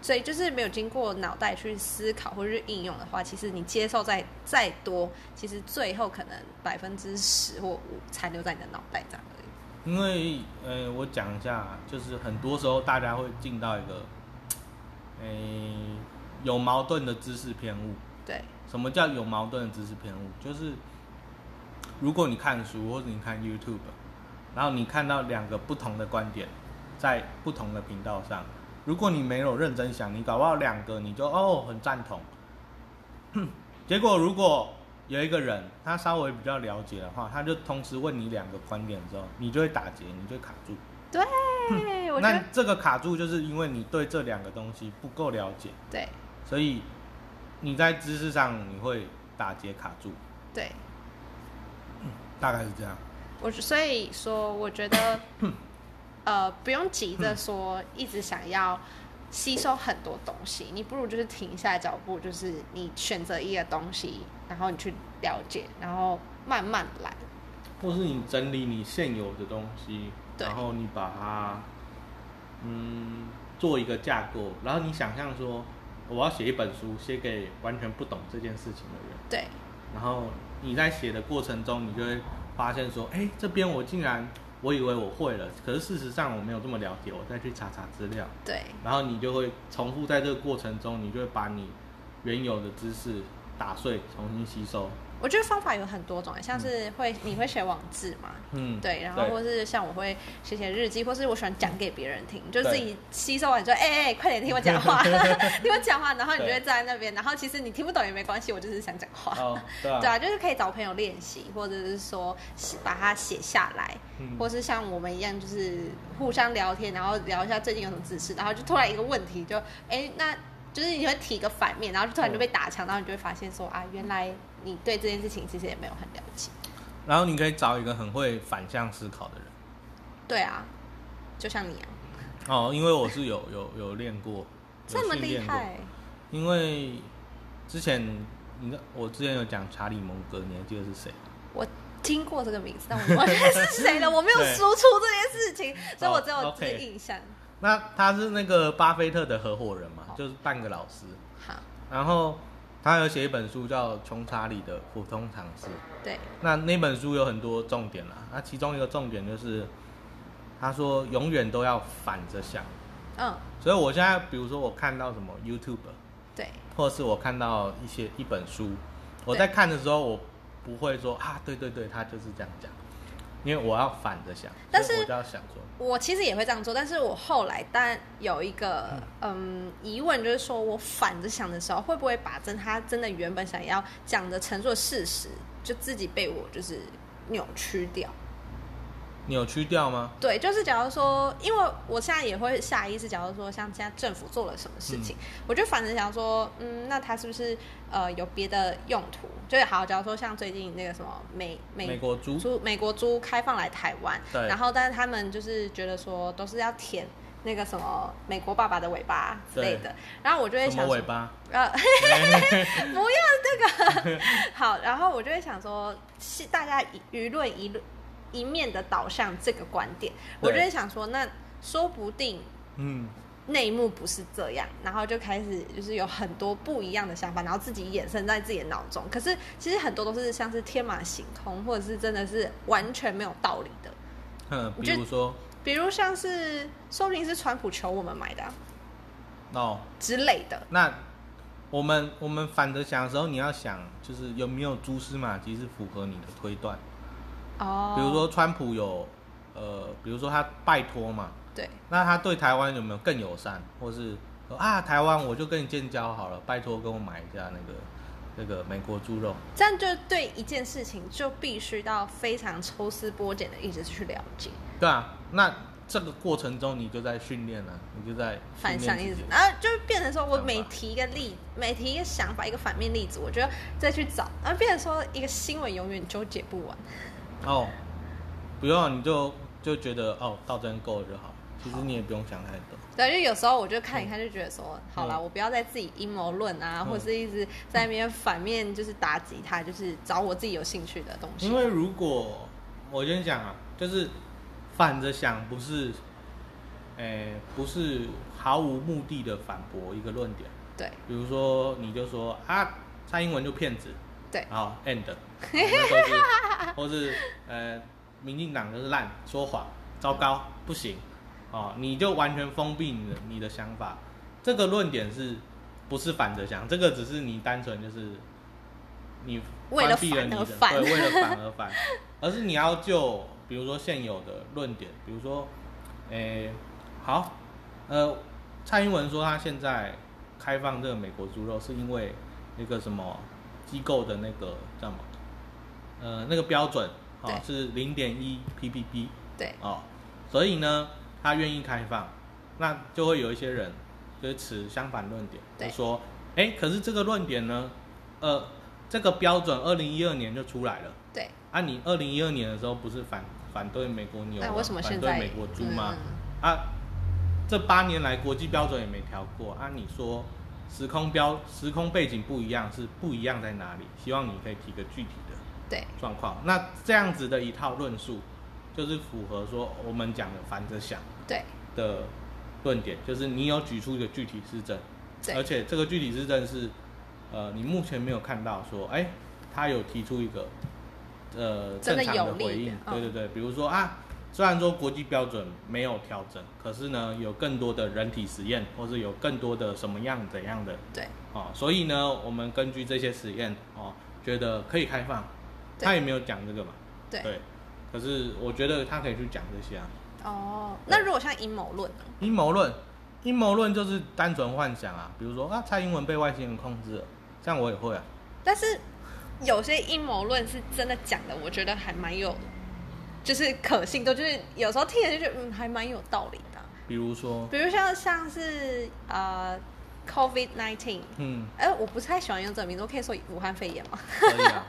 [SPEAKER 2] 所以就是没有经过脑袋去思考或者是应用的话，其实你接受再再多，其实最后可能百分之十或五残留在你的脑袋这样而已。
[SPEAKER 1] 因为呃，我讲一下，就是很多时候大家会进到一个，呃，有矛盾的知识偏误。
[SPEAKER 2] 对
[SPEAKER 1] 什么叫有矛盾的知识偏误？就是如果你看书或者你看 YouTube，然后你看到两个不同的观点在不同的频道上，如果你没有认真想，你搞不好两个你就哦很赞同，结果如果有一个人他稍微比较了解的话，他就同时问你两个观点之后，你就会打结，你就会卡住。
[SPEAKER 2] 对，
[SPEAKER 1] 嗯
[SPEAKER 2] 我觉
[SPEAKER 1] 那
[SPEAKER 2] 得
[SPEAKER 1] 这个卡住就是因为你对这两个东西不够了解，
[SPEAKER 2] 对
[SPEAKER 1] 所以你在知识上你会打结卡住。
[SPEAKER 2] 对，
[SPEAKER 1] 大概是这样。
[SPEAKER 2] 我所以说，我觉得，呃，不用急着说一直想要吸收很多东西，你不如就是停下脚步，就是你选择一个东西，然后你去了解，然后慢慢来。
[SPEAKER 1] 或是你整理你现有的东西，
[SPEAKER 2] 对
[SPEAKER 1] 然后你把它，嗯，做一个架构，然后你想象说，我要写一本书，写给完全不懂这件事情的人，
[SPEAKER 2] 对
[SPEAKER 1] 然后你在写的过程中，你就会发现说，哎，这边我竟然我以为我会了，可是事实上我没有这么了解，我再去查查资料，
[SPEAKER 2] 对
[SPEAKER 1] 然后你就会重复在这个过程中，你就会把你原有的知识打碎，重新吸收，
[SPEAKER 2] 我觉得方法有很多种，欸像是会你会写网志嘛，
[SPEAKER 1] 嗯，
[SPEAKER 2] 对，然后或是像我会写写日记，或是我喜欢讲给别人听，就是自己吸收完之后，哎哎、哎快点听我
[SPEAKER 1] <laughs>
[SPEAKER 2] 讲话，听我讲话，然后你就会
[SPEAKER 1] 对
[SPEAKER 2] 站在那边，然后其实你听不懂也没关系，我就是想讲话。
[SPEAKER 1] 哦，对啊，
[SPEAKER 2] <laughs> 对啊，就是可以找朋友练习，或者是说写把它写下来，
[SPEAKER 1] 嗯
[SPEAKER 2] 或是像我们一样，就是互相聊天，然后聊一下最近有什么知识，然后就突然一个问题就，哎，那就是你会提一个反面，然后就突然就
[SPEAKER 1] 嗯
[SPEAKER 2] 被打枪，然后你就会发现说啊，原来你对这件事情其实也没有很了解。
[SPEAKER 1] 然后你可以找一个很会反向思考的人
[SPEAKER 2] 对啊，就像你啊，
[SPEAKER 1] 哦，因为我是有有有练过，有
[SPEAKER 2] 这么
[SPEAKER 1] 训
[SPEAKER 2] 厉
[SPEAKER 1] 练过。
[SPEAKER 2] 害，
[SPEAKER 1] 因为之前你知道我之前有讲查理蒙格，你还记得是谁？
[SPEAKER 2] 我听过这个名字，但我忘记是谁了，
[SPEAKER 1] <laughs>
[SPEAKER 2] 我没有输出这件事情，所以我只有
[SPEAKER 1] 哦
[SPEAKER 2] 这
[SPEAKER 1] ，OK
[SPEAKER 2] 个印象。
[SPEAKER 1] 那他是那个巴菲特的合伙人嘛
[SPEAKER 2] 好，
[SPEAKER 1] 就是半个老师。
[SPEAKER 2] 好，
[SPEAKER 1] 然后他有写一本书叫《穷查理的普通常识》，
[SPEAKER 2] 对，
[SPEAKER 1] 那那本书有很多重点啦，那其中一个重点就是他说永远都要反着想。
[SPEAKER 2] 嗯，
[SPEAKER 1] 所以我现在比如说我看到什么 YouTube，
[SPEAKER 2] 对，
[SPEAKER 1] 或者是我看到一些一本书，我
[SPEAKER 2] 对
[SPEAKER 1] 在看的时候我不会说啊，对对对，他就是这样讲，因为我要反着想，
[SPEAKER 2] 但
[SPEAKER 1] 所以
[SPEAKER 2] 是
[SPEAKER 1] 我就要想说，
[SPEAKER 2] 我其实也会这样做，但是我后来但有一个嗯疑问，就是说我反着想的时候，会不会把真他真的原本想要讲的陈述的事实，就自己被我就是扭曲掉？
[SPEAKER 1] 扭曲掉吗？
[SPEAKER 2] 对，就是假如说，因为我现在也会下意识，假如说像现在政府做了什么事情，我就反正想说，嗯，那它是不是呃有别的用途？就是好，假如说像最近那个什么美美
[SPEAKER 1] 美国猪
[SPEAKER 2] 猪美国猪开放来台湾，
[SPEAKER 1] 对
[SPEAKER 2] 然后但是他们就是觉得说都是要舔那个什么美国爸爸的尾巴之类的，然后我就会
[SPEAKER 1] 什么
[SPEAKER 2] 想
[SPEAKER 1] 尾
[SPEAKER 2] 说，
[SPEAKER 1] 巴？
[SPEAKER 2] 呃， <laughs> 不要这个。好，然后我就会想说，是大家舆论一路一面的导向这个观点，我就会想说，那说不定
[SPEAKER 1] 嗯，
[SPEAKER 2] 内幕不是这样，然后就开始就是有很多不一样的想法，然后自己衍生在自己的脑中。可是其实很多都是像是天马行空，或者是真的是完全没有道理的。
[SPEAKER 1] 哼，
[SPEAKER 2] 我
[SPEAKER 1] 比
[SPEAKER 2] 觉得
[SPEAKER 1] 如说
[SPEAKER 2] 比如像是，说不定是川普求我们买的啊、
[SPEAKER 1] 哦，
[SPEAKER 2] 之类的。
[SPEAKER 1] 那我们我们反着想的时候，你要想就是有没有蛛丝马迹是符合你的推断，
[SPEAKER 2] 哦，
[SPEAKER 1] 比如说川普有呃，比如说他拜托嘛，
[SPEAKER 2] 对，
[SPEAKER 1] 那他对台湾有没有更友善，或是说啊台湾我就跟你建交好了，拜托跟我买一下那个那个美国猪肉，
[SPEAKER 2] 这样就对一件事情就必须到非常抽丝剥茧的一直去了解，
[SPEAKER 1] 对啊，那这个过程中你就在训练了，你就在
[SPEAKER 2] 反
[SPEAKER 1] 训练
[SPEAKER 2] 向一
[SPEAKER 1] 自
[SPEAKER 2] 直
[SPEAKER 1] 己，
[SPEAKER 2] 然后就变成说
[SPEAKER 1] 想
[SPEAKER 2] 我
[SPEAKER 1] 法
[SPEAKER 2] 每提一个例，每提一个想法，一个反面例子，我就再去找，然后变成说一个新闻永远纠结不完。
[SPEAKER 1] 哦，不用啊你就就觉得哦到这边够了就好，其实你也不用想太多。
[SPEAKER 2] 对，就有时候我就看一看，就觉得说，好啦，
[SPEAKER 1] 嗯
[SPEAKER 2] 我不要再自己阴谋论啊，
[SPEAKER 1] 嗯
[SPEAKER 2] 或是一直在那边反面就是打击他，就是找我自己有兴趣的东西。
[SPEAKER 1] 因为如果我先讲啊，就是反着想，不是，诶、不是毫无目的的反驳一个论点。
[SPEAKER 2] 对
[SPEAKER 1] 比如说，你就说啊，蔡英文就骗子，
[SPEAKER 2] 对
[SPEAKER 1] 好 end，那
[SPEAKER 2] <laughs>
[SPEAKER 1] 都是，或是呃，民进党就是烂，说谎，糟糕，不行，哦，你就完全封闭你的你的想法。这个论点是不是反着想？这个只是你单纯就是你
[SPEAKER 2] 为了
[SPEAKER 1] 关闭了你的
[SPEAKER 2] 反而反
[SPEAKER 1] 对，为了反而反，而是你要就比如说现有的论点，比如说，诶、好，呃，蔡英文说他现在开放这个美国猪肉是因为那个什么机构的那个叫什么，呃，那个标准哦
[SPEAKER 2] 对
[SPEAKER 1] 是零点一 ppb
[SPEAKER 2] 对
[SPEAKER 1] 哦，所以呢，他愿意开放，那就会有一些人就是持相反论点，
[SPEAKER 2] 对
[SPEAKER 1] 就说，哎，可是这个论点呢，呃，这个标准二零一二年就出来了。
[SPEAKER 2] 对，
[SPEAKER 1] 啊，你二零一二年的时候不是反反对美国牛吗、
[SPEAKER 2] 那为什么
[SPEAKER 1] 啊反
[SPEAKER 2] 现
[SPEAKER 1] 对
[SPEAKER 2] 在
[SPEAKER 1] 美国猪吗？
[SPEAKER 2] 嗯
[SPEAKER 1] 啊，这八年来国际标准也没调过啊。你说时空标时空背景不一样是不一样在哪里？希望你可以提个具体的
[SPEAKER 2] 对
[SPEAKER 1] 状况。那这样子的一套论述，就是符合说我们讲的反着想
[SPEAKER 2] 对
[SPEAKER 1] 的论点，就是你有举出一个具体施政，而
[SPEAKER 2] 对
[SPEAKER 1] 且这个具体施政是呃你目前没有看到说，哎，他有提出一个呃
[SPEAKER 2] 真
[SPEAKER 1] 正
[SPEAKER 2] 的
[SPEAKER 1] 常
[SPEAKER 2] 有利
[SPEAKER 1] 回
[SPEAKER 2] 的
[SPEAKER 1] 应，
[SPEAKER 2] 嗯
[SPEAKER 1] 对对对，比如说啊。虽然说国际标准没有调整，可是呢，有更多的人体实验，或是有更多的什么样怎样的
[SPEAKER 2] 对
[SPEAKER 1] 哦，所以呢，我们根据这些实验哦，觉得可以开放。
[SPEAKER 2] 对
[SPEAKER 1] 他也没有讲这个嘛，
[SPEAKER 2] 对。
[SPEAKER 1] 对。可是我觉得他可以去讲这些啊。
[SPEAKER 2] 哦，
[SPEAKER 1] 对
[SPEAKER 2] 那如果像阴谋论呢？
[SPEAKER 1] 阴谋论，阴谋论就是单纯幻想啊，比如说啊，蔡英文被外星人控制了，这样我也会啊。
[SPEAKER 2] 但是有些阴谋论是真的讲的，我觉得还蛮有，就是可信度，就是有时候听了就觉得嗯，还蛮有道理的啊。
[SPEAKER 1] 比如说，
[SPEAKER 2] 比如像像是呃，COVID nineteen。
[SPEAKER 1] 嗯，
[SPEAKER 2] 哎、我不太喜欢用这个名字，我可以说武汉肺炎吗？ <laughs>
[SPEAKER 1] 可以啊。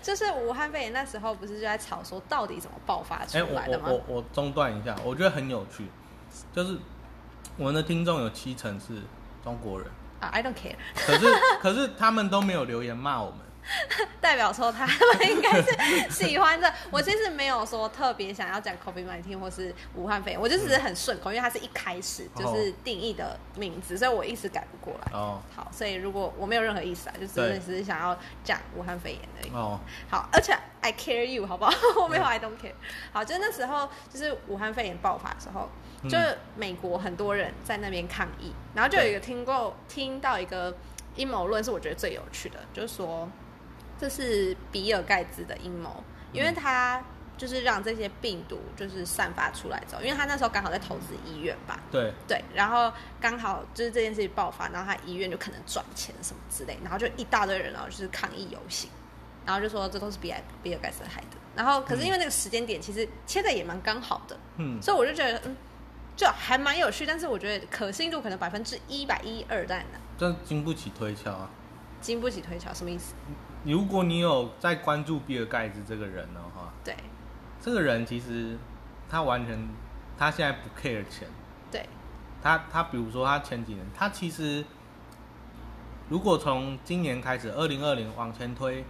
[SPEAKER 2] 就是武汉肺炎那时候不是就在吵说到底怎么爆发出
[SPEAKER 1] 哎、我
[SPEAKER 2] 来的吗？
[SPEAKER 1] 我我我中断一下，我觉得很有趣，就是我们的听众有七成是中国人，
[SPEAKER 2] 啊，I don't care， <laughs>
[SPEAKER 1] 可是可是他们都没有留言骂我们。
[SPEAKER 2] 代表说他们应该是喜欢的。我其实没有说特别想要讲 COVID nineteen 或是武汉肺炎，我就
[SPEAKER 1] 嗯
[SPEAKER 2] 只是很顺口，因为它是一开始就是定义的名字，所以我一时改不过来。
[SPEAKER 1] 哦
[SPEAKER 2] 好，所以如果我没有任何意思啊，就
[SPEAKER 1] 对
[SPEAKER 2] 是只是想要讲武汉肺炎而已。
[SPEAKER 1] 哦，
[SPEAKER 2] 好，而且 I care you 好不好？ <laughs> 我没有 I don't care。好，就那时候就是武汉肺炎爆发的时候，
[SPEAKER 1] 嗯
[SPEAKER 2] 就美国很多人在那边抗议，然后就有一个听过听到一个阴谋论是我觉得最有趣的，就是说这是比尔盖茨的阴谋，因为他。就是让这些病毒就是散发出来之后，因为他那时候刚好在投资医院吧，
[SPEAKER 1] 对，
[SPEAKER 2] 对，然后刚好就是这件事情爆发，然后他医院就可能赚钱什么之类，然后就一大堆人然后就是抗议游行，然后就说这都是比尔比尔盖茨害的。然后可是因为那个时间点其实切的也蛮刚好的，
[SPEAKER 1] 嗯，
[SPEAKER 2] 所以我就觉得嗯，就还蛮有趣，但是我觉得可信度可能百分之一百一二在那，
[SPEAKER 1] 这经不起推敲啊。
[SPEAKER 2] 经不起推敲，什么意思？
[SPEAKER 1] 如果你有在关注比尔盖茨这个人的话，
[SPEAKER 2] 对
[SPEAKER 1] 这个人其实他完全他现在不 care 钱，
[SPEAKER 2] 对，
[SPEAKER 1] 他他比如说他前几年，他其实如果从今年开始，二零二零往前推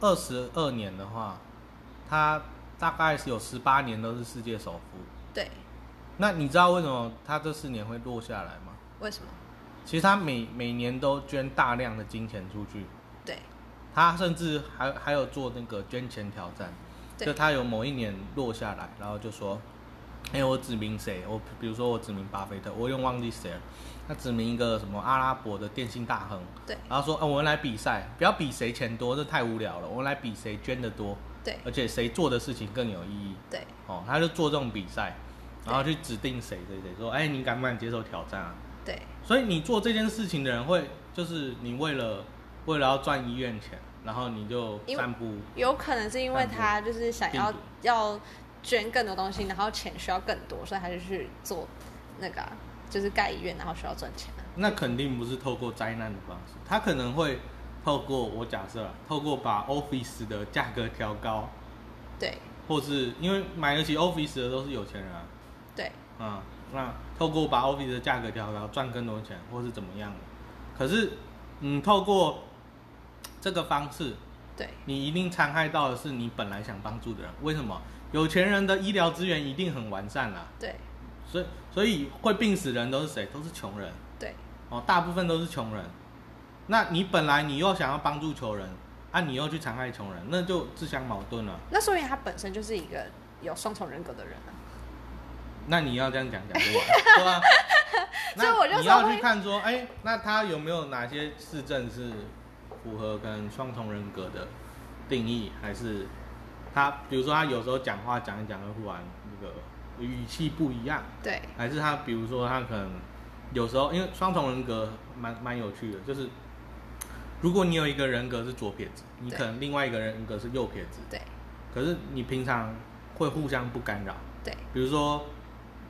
[SPEAKER 1] 二十二年的话，他大概是有十八年都是世界首富。
[SPEAKER 2] 对，
[SPEAKER 1] 那你知道为什么他这四年会落下来吗？
[SPEAKER 2] 为什么？
[SPEAKER 1] 其实他每每年都捐大量的金钱出去，
[SPEAKER 2] 对
[SPEAKER 1] 他甚至还还有做那个捐钱挑战，
[SPEAKER 2] 对
[SPEAKER 1] 就他有某一年落下来，然后就说，哎、我指名谁？我比如说我指名巴菲特，我又忘记谁了，他指名一个什么阿拉伯的电信大亨，
[SPEAKER 2] 对
[SPEAKER 1] 然后说，啊，我们来比赛，不要比谁钱多，这太无聊了，我们来比谁捐的多，
[SPEAKER 2] 对
[SPEAKER 1] 而且谁做的事情更有意义。
[SPEAKER 2] 对
[SPEAKER 1] 哦，他就做这种比赛，
[SPEAKER 2] 对
[SPEAKER 1] 然后去指定谁谁谁说，哎、你敢不敢接受挑战啊？
[SPEAKER 2] 对
[SPEAKER 1] 所以你做这件事情的人会，就是你为了为了要赚医院钱，然后你就
[SPEAKER 2] 因为
[SPEAKER 1] 散布，
[SPEAKER 2] 有可能是因为他就是想要
[SPEAKER 1] 病毒
[SPEAKER 2] 要捐更多东西，然后钱需要更多，所以他就去做那个啊、就是盖医院，然后需要赚钱啊。
[SPEAKER 1] 那肯定不是透过灾难的方式，他可能会透过我假设啊，透过把 Office 的价格调高，
[SPEAKER 2] 对
[SPEAKER 1] 或是因为买得起 Office 的都是有钱人啊，
[SPEAKER 2] 对
[SPEAKER 1] 嗯，那透过把 Office 的价格调高，赚更多钱，或是怎么样的，可是你透过这个方式，
[SPEAKER 2] 对
[SPEAKER 1] 你一定残害到的是你本来想帮助的人。为什么？有钱人的医疗资源一定很完善啦、
[SPEAKER 2] 对
[SPEAKER 1] 所以所以会病死人都是谁？都是穷人
[SPEAKER 2] 对
[SPEAKER 1] 哦，大部分都是穷人。那你本来你又想要帮助穷人，啊，你又去残害穷人，那就自相矛盾了。
[SPEAKER 2] 那说明他本身就是一个有双重人格的人啊。
[SPEAKER 1] 那你要这样讲讲不
[SPEAKER 2] <laughs>
[SPEAKER 1] 完，对吧？
[SPEAKER 2] 所以我就
[SPEAKER 1] 那
[SPEAKER 2] 说
[SPEAKER 1] 你要
[SPEAKER 2] 会
[SPEAKER 1] 去看说，哎、那他有没有哪些市政是符合跟双重人格的定义，还是他比如说他有时候讲话讲一讲会忽然那个语气不一样，
[SPEAKER 2] 对
[SPEAKER 1] 还是他比如说他可能有时候因为双重人格蛮蛮有趣的，就是如果你有一个人格是左撇子，你
[SPEAKER 2] 对
[SPEAKER 1] 可能另外一个人格是右撇子，
[SPEAKER 2] 对
[SPEAKER 1] 可是你平常会互相不干扰。
[SPEAKER 2] 对
[SPEAKER 1] 比如说，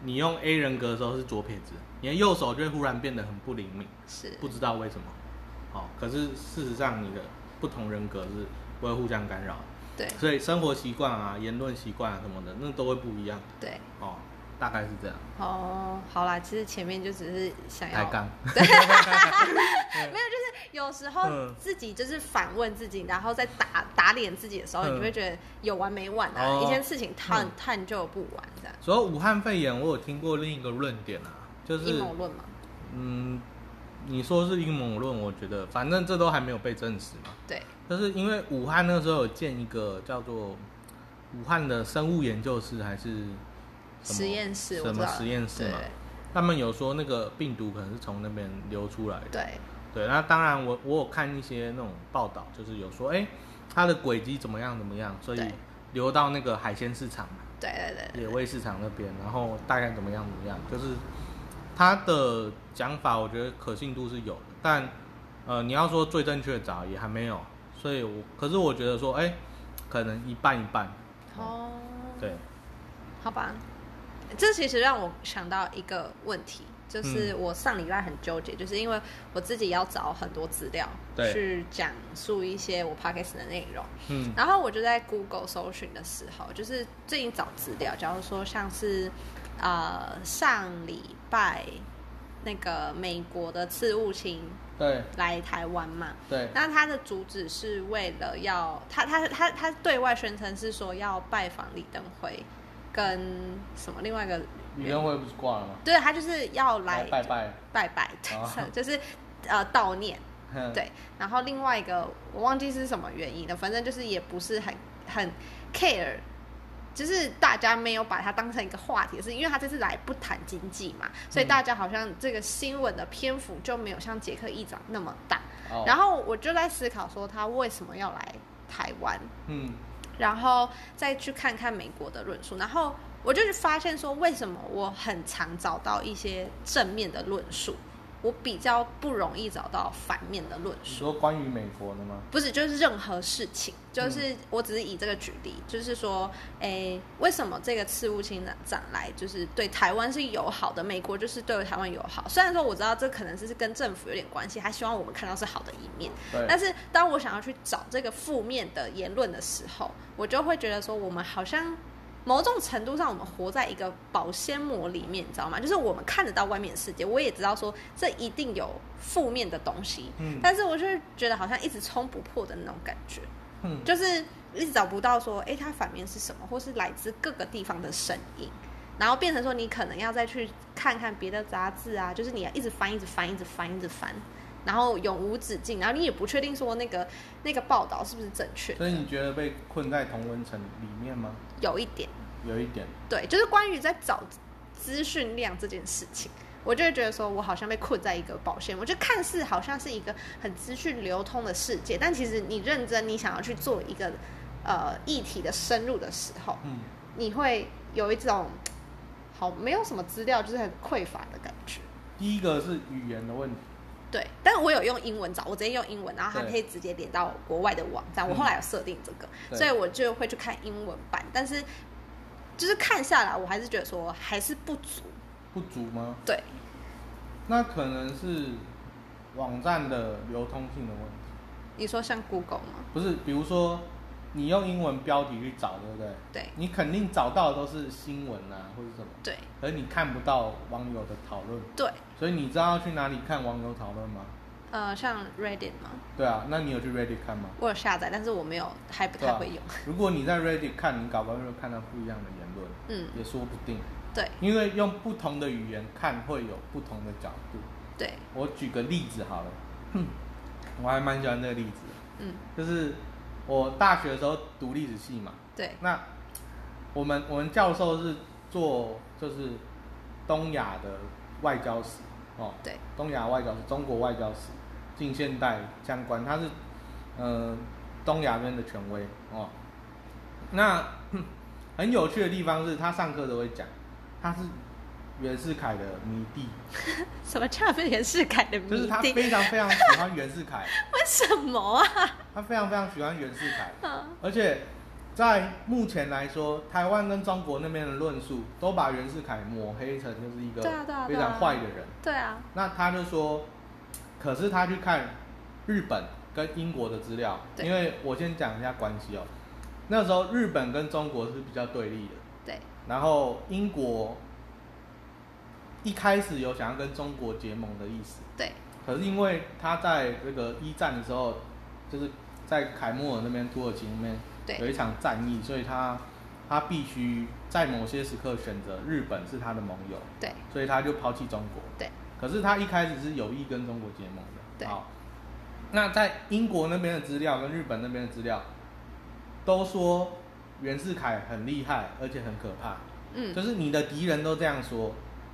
[SPEAKER 1] 你用 A 人格的时候是左撇子，你的右手就会忽然变得很不灵敏，
[SPEAKER 2] 是，
[SPEAKER 1] 不知道为什么。哦，可是事实上你的不同人格是不会互相干扰的，
[SPEAKER 2] 对
[SPEAKER 1] 所以生活习惯啊、言论习惯啊什么的，那都会不一样。
[SPEAKER 2] 对。
[SPEAKER 1] 哦，大概是这样。
[SPEAKER 2] 哦，好啦，其实前面就只是想
[SPEAKER 1] 抬
[SPEAKER 2] 要
[SPEAKER 1] 杠，
[SPEAKER 2] 有时候
[SPEAKER 1] 嗯
[SPEAKER 2] 自己就是反问自己，然后再打打脸自己的时候，
[SPEAKER 1] 嗯
[SPEAKER 2] 你就会觉得有完没完啊，
[SPEAKER 1] 哦
[SPEAKER 2] 一件事情探
[SPEAKER 1] 嗯
[SPEAKER 2] 探究不完这样。
[SPEAKER 1] 所以武汉肺炎，我有听过另一个论点啊，就
[SPEAKER 2] 阴
[SPEAKER 1] 是
[SPEAKER 2] 谋论嘛，
[SPEAKER 1] 嗯，你说是阴谋论，我觉得反正这都还没有被证实嘛。
[SPEAKER 2] 对
[SPEAKER 1] 就是因为武汉那时候有建一个叫做武汉的生物研究室还是什么
[SPEAKER 2] 实验室我
[SPEAKER 1] 什
[SPEAKER 2] 知
[SPEAKER 1] 么
[SPEAKER 2] 道
[SPEAKER 1] 实验室嘛，他们有说那个病毒可能是从那边流出来的。
[SPEAKER 2] 对
[SPEAKER 1] 对，那当然我我有看一些那种报道，就是有说哎、它的轨迹怎么样怎么样，所以
[SPEAKER 2] 对
[SPEAKER 1] 流到那个海鲜市场嘛、
[SPEAKER 2] 对对对对
[SPEAKER 1] 野味市场那边，然后大概怎么样怎么样，就是他的讲法，我觉得可信度是有的，但呃，你要说最正确找也还没有，所以我可是我觉得说，哎、可能一半一半，
[SPEAKER 2] 哦，
[SPEAKER 1] 对，
[SPEAKER 2] 好吧，这其实让我想到一个问题，就是
[SPEAKER 1] 嗯
[SPEAKER 2] 我上礼拜很纠结，就是因为我自己要找很多资料
[SPEAKER 1] 对
[SPEAKER 2] 去讲述一些我 podcast 的内容，
[SPEAKER 1] 嗯，
[SPEAKER 2] 然后我就在 Google 搜寻的时候，就是最近找资料，假如说像是呃上礼拜那个美国的次务卿
[SPEAKER 1] 对
[SPEAKER 2] 来台湾嘛，
[SPEAKER 1] 对
[SPEAKER 2] 那他的主旨是为了要他他他他对外宣称是说要拜访李登辉跟什么另外一个
[SPEAKER 1] 李登辉不是挂了吗？
[SPEAKER 2] 对他就是要来
[SPEAKER 1] 拜拜，
[SPEAKER 2] 拜拜，对
[SPEAKER 1] 哦
[SPEAKER 2] <laughs> 就是呃悼念。
[SPEAKER 1] 哼，
[SPEAKER 2] 对，然后另外一个我忘记是什么原因了，反正就是也不是很很 care，就是大家没有把它当成一个话题，是因为他这次来不谈经济嘛，所以
[SPEAKER 1] 嗯
[SPEAKER 2] 大家好像这个新闻的篇幅就没有像捷克议长那么大。
[SPEAKER 1] <laughs> 哦，
[SPEAKER 2] 然后我就在思考说他为什么要来台湾，
[SPEAKER 1] 嗯
[SPEAKER 2] 然后再去看看美国的论述，然后我就是发现说，为什么我很常找到一些正面的论述，我比较不容易找到反面的论
[SPEAKER 1] 你
[SPEAKER 2] 述。
[SPEAKER 1] 说关于美国的吗？
[SPEAKER 2] 不是，就是任何事情，就是我只是以这个举例，就是说，诶，为什么这个次务卿的长来就是对台湾是友好的，美国就是对台湾友好？虽然说我知道这可能是跟政府有点关系，他希望我们看到是好的一面，
[SPEAKER 1] 对，
[SPEAKER 2] 但是当我想要去找这个负面的言论的时候，我就会觉得说，我们好像某种程度上，我们活在一个保鲜膜里面，你知道吗？就是我们看得到外面的世界，我也知道说这一定有负面的东西，
[SPEAKER 1] 嗯
[SPEAKER 2] 但是我就是觉得好像一直冲不破的那种感觉，
[SPEAKER 1] 嗯
[SPEAKER 2] 就是一直找不到说，诶，它反面是什么，或是来自各个地方的声音。然后变成说，你可能要再去看看别的杂志啊，就是你要一直翻，一直翻，一直翻，一直翻，然后永无止境，然后你也不确定说那个那个报道是不是正确
[SPEAKER 1] 所以
[SPEAKER 2] 的，
[SPEAKER 1] 你觉得被困在同温层里面吗？
[SPEAKER 2] 有一点
[SPEAKER 1] 有一点，
[SPEAKER 2] 对，就是关于在找资讯量这件事情，我就会觉得说我好像被困在一个保鲜，我就看似好像是一个很资讯流通的世界，但其实你认真你想要去做一个呃议题的深入的时候，
[SPEAKER 1] 嗯，
[SPEAKER 2] 你会有一种好没有什么资料，就是很匮乏的感觉。
[SPEAKER 1] 第一个是语言的问题，
[SPEAKER 2] 对，但我有用英文找，我直接用英文，然后它
[SPEAKER 1] 对
[SPEAKER 2] 可以直接连到国外的网站。我
[SPEAKER 1] 嗯
[SPEAKER 2] 后来有设定这个，
[SPEAKER 1] 对
[SPEAKER 2] 所以我就会去看英文版，但是就是看下来，我还是觉得说还是不足。
[SPEAKER 1] 不足吗？
[SPEAKER 2] 对，
[SPEAKER 1] 那可能是网站的流通性的问题，
[SPEAKER 2] 你说像 Google 吗？
[SPEAKER 1] 不是，比如说你用英文标题去找，对不对？
[SPEAKER 2] 对
[SPEAKER 1] 你肯定找到的都是新闻啊，或者什么，
[SPEAKER 2] 对
[SPEAKER 1] 而你看不到网友的讨论，
[SPEAKER 2] 对，
[SPEAKER 1] 所以你知道要去哪里看网友讨论吗？
[SPEAKER 2] 呃，像 Reddit 吗？
[SPEAKER 1] 对啊，那你有去 Reddit 看吗？
[SPEAKER 2] 我有下载，但是我没有，还不
[SPEAKER 1] 对
[SPEAKER 2] 太
[SPEAKER 1] 啊
[SPEAKER 2] 会用。
[SPEAKER 1] 如果你在 Reddit 看，你搞不好会看到不一样的言论，
[SPEAKER 2] 嗯，
[SPEAKER 1] 也说不定，
[SPEAKER 2] 对
[SPEAKER 1] 因为用不同的语言看会有不同的角度。
[SPEAKER 2] 对，
[SPEAKER 1] 我举个例子好了，我还蛮喜欢这个例子的，
[SPEAKER 2] 嗯
[SPEAKER 1] 就是我大学的时候读历史系嘛，
[SPEAKER 2] 对
[SPEAKER 1] 那我们我们教授是做就是东亚的外交史哦，
[SPEAKER 2] 对
[SPEAKER 1] 东亚外交史、中国外交史、近现代相关，他是呃东亚边的权威哦。那 <clears throat> 很有趣的地方是他上课都会讲，他是袁世凯的迷弟，
[SPEAKER 2] 什么叫被袁世凯的迷
[SPEAKER 1] 就是他
[SPEAKER 2] 弟？
[SPEAKER 1] 非常非常喜欢袁世凯，
[SPEAKER 2] 为什么啊？
[SPEAKER 1] 他非常非常喜欢袁世凯。
[SPEAKER 2] 嗯
[SPEAKER 1] 而且在目前来说，台湾跟中国那边的论述都把袁世凯抹黑成就是一个
[SPEAKER 2] 对啊对啊
[SPEAKER 1] 非
[SPEAKER 2] 对啊
[SPEAKER 1] 常坏的人。
[SPEAKER 2] 对啊，
[SPEAKER 1] 那他就说，可是他去看日本跟英国的资料，
[SPEAKER 2] 对
[SPEAKER 1] 因为我先讲一下关系哦。那时候日本跟中国是比较对立的，
[SPEAKER 2] 对
[SPEAKER 1] 然后英国一开始有想要跟中国结盟的意思，
[SPEAKER 2] 对
[SPEAKER 1] 可是因为他在这个一战的时候，就是在凯末尔那边土耳其那边
[SPEAKER 2] 对
[SPEAKER 1] 有一场战役，所以他他必须在某些时刻选择日本是他的盟友，
[SPEAKER 2] 对
[SPEAKER 1] 所以他就抛弃中国。
[SPEAKER 2] 对
[SPEAKER 1] 可是他一开始是有意跟中国结盟的。
[SPEAKER 2] 对
[SPEAKER 1] 好，那在英国那边的资料跟日本那边的资料都说袁世凯很厉害，而且很可怕。
[SPEAKER 2] 嗯
[SPEAKER 1] 就是你的敌人都这样说，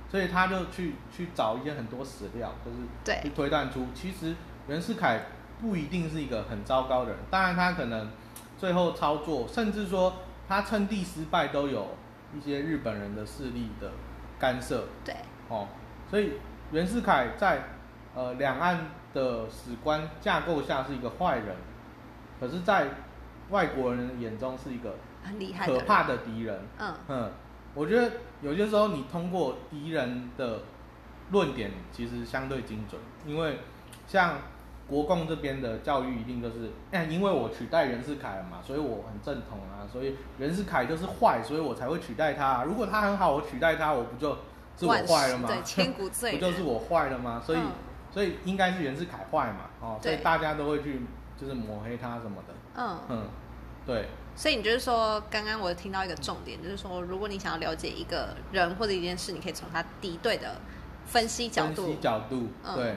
[SPEAKER 1] 所以他就去去找一些很多史料，就是
[SPEAKER 2] 对
[SPEAKER 1] 去推断出其实袁世凯不一定是一个很糟糕的人，当然他可能最后操作，甚至说他称帝失败都有一些日本人的势力的干涉
[SPEAKER 2] 对
[SPEAKER 1] 哦，所以袁世凯在呃两岸的史观架构下是一个坏人，可是，在外国人的眼中是一个
[SPEAKER 2] 很厉害的
[SPEAKER 1] 可
[SPEAKER 2] 人，
[SPEAKER 1] 怕的敌人。
[SPEAKER 2] 嗯
[SPEAKER 1] 嗯，我觉得有些时候你通过敌人的论点，其实相对精准，因为像国共这边的教育一定就是，哎，因为我取代袁世凯了嘛，所以我很正统啊，所以袁世凯就是坏，所以我才会取代他啊、如果他很好，我取代他，我不就是我坏了吗？
[SPEAKER 2] 对，千古
[SPEAKER 1] <laughs>
[SPEAKER 2] 罪
[SPEAKER 1] 不
[SPEAKER 2] 人。
[SPEAKER 1] 就是我坏了吗？所以、
[SPEAKER 2] 嗯
[SPEAKER 1] 所以应该是袁世凯坏嘛，哦，所
[SPEAKER 2] 对
[SPEAKER 1] 以大家都会去就是抹黑他什么的，
[SPEAKER 2] 嗯，
[SPEAKER 1] 嗯，对，
[SPEAKER 2] 所以你就是说，刚刚我听到一个重点，就是说，如果你想要了解一个人或者一件事，你可以从他敌对的分析角
[SPEAKER 1] 分析
[SPEAKER 2] 度，
[SPEAKER 1] 角度，
[SPEAKER 2] 嗯
[SPEAKER 1] 对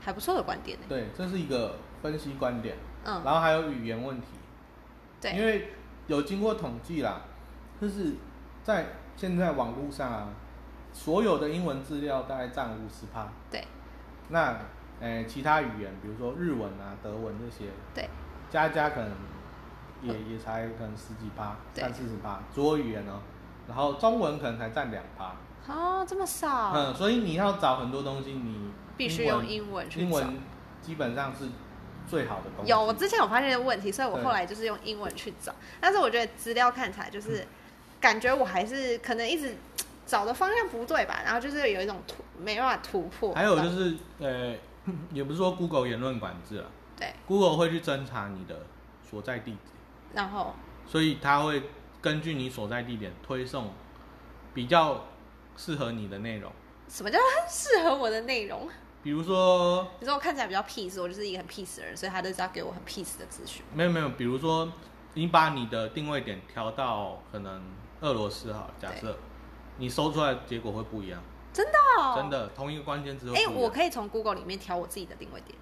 [SPEAKER 2] 还不错的观点呢。
[SPEAKER 1] 对，这是一个分析观点，
[SPEAKER 2] 嗯，
[SPEAKER 1] 然后还有语言问题，因
[SPEAKER 2] 对，
[SPEAKER 1] 为有经过统计啦，就是在现在网络上啊，所有的英文资料大概占五十趴，
[SPEAKER 2] 对，
[SPEAKER 1] 那诶、呃其他语言，比如说日文啊、德文这些，
[SPEAKER 2] 对，
[SPEAKER 1] 加一加可能也、也才可能十几趴，
[SPEAKER 2] 对
[SPEAKER 1] 三四十趴，所有语言哦，然后中文可能才占两趴，
[SPEAKER 2] 哦，这么少，
[SPEAKER 1] 嗯，所以你要找很多东西，你
[SPEAKER 2] 必须
[SPEAKER 1] 文
[SPEAKER 2] 用英文去
[SPEAKER 1] 英
[SPEAKER 2] 找。
[SPEAKER 1] 文基本上是最好的东西，
[SPEAKER 2] 有，我之前有发现这个问题，所以我
[SPEAKER 1] 对
[SPEAKER 2] 后来就是用英文去找。但是我觉得资料看起
[SPEAKER 1] 嗯
[SPEAKER 2] 来就是，感觉我还是可能一直找的方向不对吧，然后就是有一种突没办法突破。
[SPEAKER 1] 还有就
[SPEAKER 2] 嗯
[SPEAKER 1] 是呃， <laughs> 也不是说 Google 言论管制啊
[SPEAKER 2] 对，
[SPEAKER 1] ，Google 会去侦查你的所在地址，
[SPEAKER 2] 然后
[SPEAKER 1] 所以它会根据你所在地点推送比较适合你的内容。
[SPEAKER 2] 什么叫适合我的内容？
[SPEAKER 1] 比如说，
[SPEAKER 2] 你说我看起来比较 peace，我就是一个很 peace 的人，所以他就是要给我很 peace 的资讯。
[SPEAKER 1] 没有没有，比如说你把你的定位点调到可能俄罗斯哈，假设你搜出来的结果会不一样，
[SPEAKER 2] 真的、哦？
[SPEAKER 1] 真。的啊同一个关键字会不一
[SPEAKER 2] 哎、
[SPEAKER 1] 样。
[SPEAKER 2] 我可以从 Google 里面挑我自己的定位点，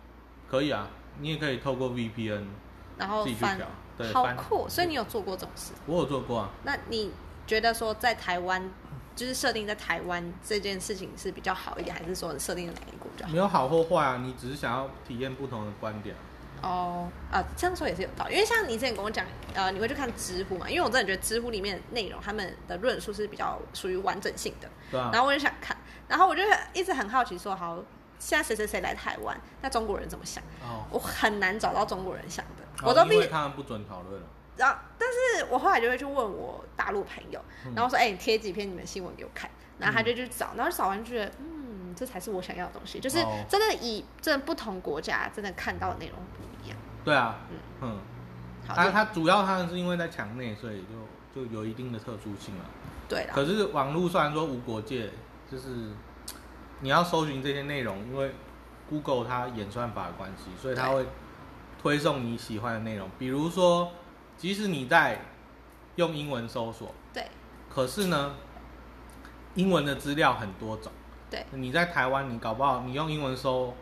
[SPEAKER 1] 可以啊，你也可以透过 VPN
[SPEAKER 2] 然后
[SPEAKER 1] 自己去
[SPEAKER 2] 翻
[SPEAKER 1] 调，对，
[SPEAKER 2] 好
[SPEAKER 1] 翻
[SPEAKER 2] 酷！所以你有做过这种事？
[SPEAKER 1] 我有做过啊，
[SPEAKER 2] 那你觉得说在台湾，就是设定在台湾这件事情是比较好一点，还是说设定在哪一国比较好？
[SPEAKER 1] 没有好或坏啊，你只是想要体验不同的观点。
[SPEAKER 2] 哦，啊，这样说也是有道理，因为像你之前跟我讲，呃，你会去看知乎嘛？因为我真的觉得知乎里面的内容他们的论述是比较属于完整性的，
[SPEAKER 1] 对啊
[SPEAKER 2] 然，后我就想看，然后我就一直很好奇说，好，现在谁谁谁来台湾，那中国人怎么想？
[SPEAKER 1] 哦，
[SPEAKER 2] 我很难找到中国人想的，
[SPEAKER 1] 好
[SPEAKER 2] 我都
[SPEAKER 1] 哦因
[SPEAKER 2] 必
[SPEAKER 1] 为他们不准讨论了。
[SPEAKER 2] 然后，但是我后来就会去问我大陆朋友，
[SPEAKER 1] 嗯
[SPEAKER 2] 然后说：“哎、你贴几篇你们新闻给我看。”然后他就去找，然后找完就觉得，嗯，这才是我想要的东西，就是
[SPEAKER 1] 哦
[SPEAKER 2] 真的以真的不同国家真的看到的内容不一样。
[SPEAKER 1] 对啊，嗯，
[SPEAKER 2] 好，
[SPEAKER 1] 他
[SPEAKER 2] 就
[SPEAKER 1] 他主要他是因为在墙内，所以就就有一定的特殊性了。
[SPEAKER 2] 对啊了，
[SPEAKER 1] 可是网络虽然说无国界，就是你要搜寻这些内容，因为 Google 它演算法的关系，所以它
[SPEAKER 2] 对
[SPEAKER 1] 会推送你喜欢的内容。比如说，即使你在用英文搜索，
[SPEAKER 2] 对
[SPEAKER 1] 可是呢，英文的资料很多种。
[SPEAKER 2] 对
[SPEAKER 1] 你在台湾，你搞不好你用英文搜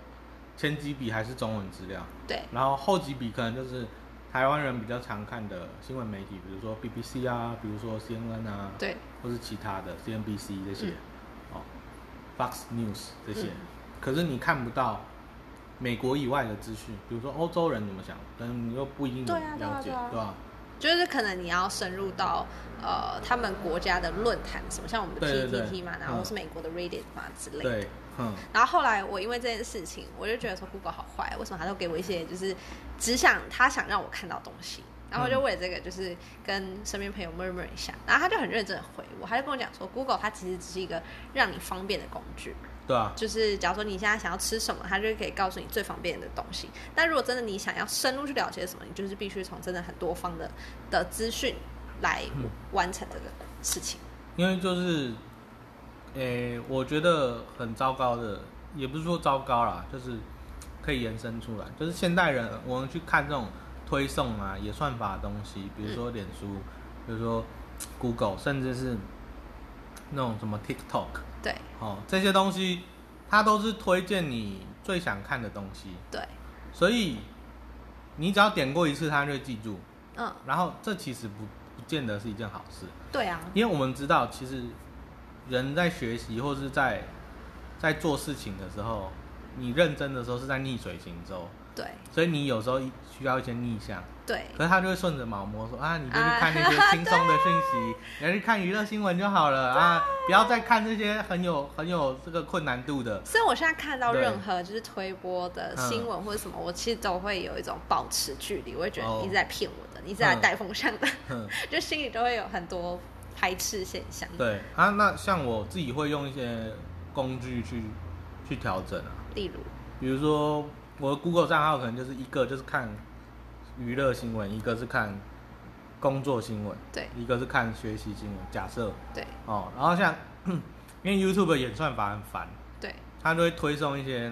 [SPEAKER 1] 前几笔还是中文资料，
[SPEAKER 2] 对
[SPEAKER 1] 然后后几笔可能就是台湾人比较常看的新闻媒体，比如说 BBC 啊，比如说 CNN 啊，
[SPEAKER 2] 对，
[SPEAKER 1] 或是其他的 CNBC 这些，
[SPEAKER 2] 嗯
[SPEAKER 1] 哦，Fox News 这些，
[SPEAKER 2] 嗯
[SPEAKER 1] 可是你看不到美国以外的资讯，比如说欧洲人怎么想，但是你又不一定
[SPEAKER 2] 对
[SPEAKER 1] 了
[SPEAKER 2] 啊对啊
[SPEAKER 1] 解，
[SPEAKER 2] 对啊
[SPEAKER 1] 对吧？
[SPEAKER 2] 就是可能你要深入到呃他们国家的论坛，什么像我们的
[SPEAKER 1] 对对对
[SPEAKER 2] PTT 嘛，然后
[SPEAKER 1] 嗯
[SPEAKER 2] 是美国的 Reddit 嘛之类的。
[SPEAKER 1] 对，嗯，
[SPEAKER 2] 然后后来我因为这件事情，我就觉得说 Google 好坏，为什么他都给我一些就是只想他想让我看到东西。然后我就为了这个，就是跟身边朋友 murmur 一下，然后他就很认真的回我，他就跟我讲说，Google 它其实只是一个让你方便的工具，
[SPEAKER 1] 对啊，
[SPEAKER 2] 就是假如说你现在想要吃什么，它就可以告诉你最方便的东西。但如果真的你想要深入去了解什么，你就是必须从真的很多方的的资讯来完成这个事情。
[SPEAKER 1] 因为就是，诶、我觉得很糟糕的，也不是说糟糕啦，就是可以延伸出来，就是现代人我们去看这种推送啊、也算法的东西，比如说脸书，比如说 Google，甚至是那种什么 TikTok
[SPEAKER 2] 对
[SPEAKER 1] 哦，这些东西，它都是推荐你最想看的东西，
[SPEAKER 2] 对，
[SPEAKER 1] 所以你只要点过一次，它就会记住。
[SPEAKER 2] 嗯，
[SPEAKER 1] 然后这其实不不见得是一件好事。
[SPEAKER 2] 对啊，
[SPEAKER 1] 因为我们知道，其实人在学习或是在在做事情的时候，你认真的时候是在逆水行舟，
[SPEAKER 2] 对
[SPEAKER 1] 所以你有时候需要一些逆向。
[SPEAKER 2] 对
[SPEAKER 1] 可是他就会顺着毛摸说啊，你就去看那些轻松的讯息，你要去看娱乐新闻就好了啊，不要再看这些很有很有这个困难度的。 <laughs>
[SPEAKER 2] 所以我现在看到
[SPEAKER 1] 对嗯
[SPEAKER 2] 任何就是推播的新闻或者什么，我其实都会有一种保持距离，我会觉得
[SPEAKER 1] 哦嗯
[SPEAKER 2] 你一直在骗我的，你一直在带风向的， <laughs>
[SPEAKER 1] 哼，
[SPEAKER 2] 就心里都会有很多排斥现象。
[SPEAKER 1] 对啊，那像我自己会用一些工具去去调整啊，
[SPEAKER 2] 例如，
[SPEAKER 1] 比如说我的 Google 账号可能就是一个就是看娱乐新闻，一个是看工作新闻，
[SPEAKER 2] 对
[SPEAKER 1] 一个是看学习新闻。假设
[SPEAKER 2] 对
[SPEAKER 1] 哦，然后像 <clears throat> 因为 YouTube 的演算法很烦，
[SPEAKER 2] 对
[SPEAKER 1] 它就会推送一些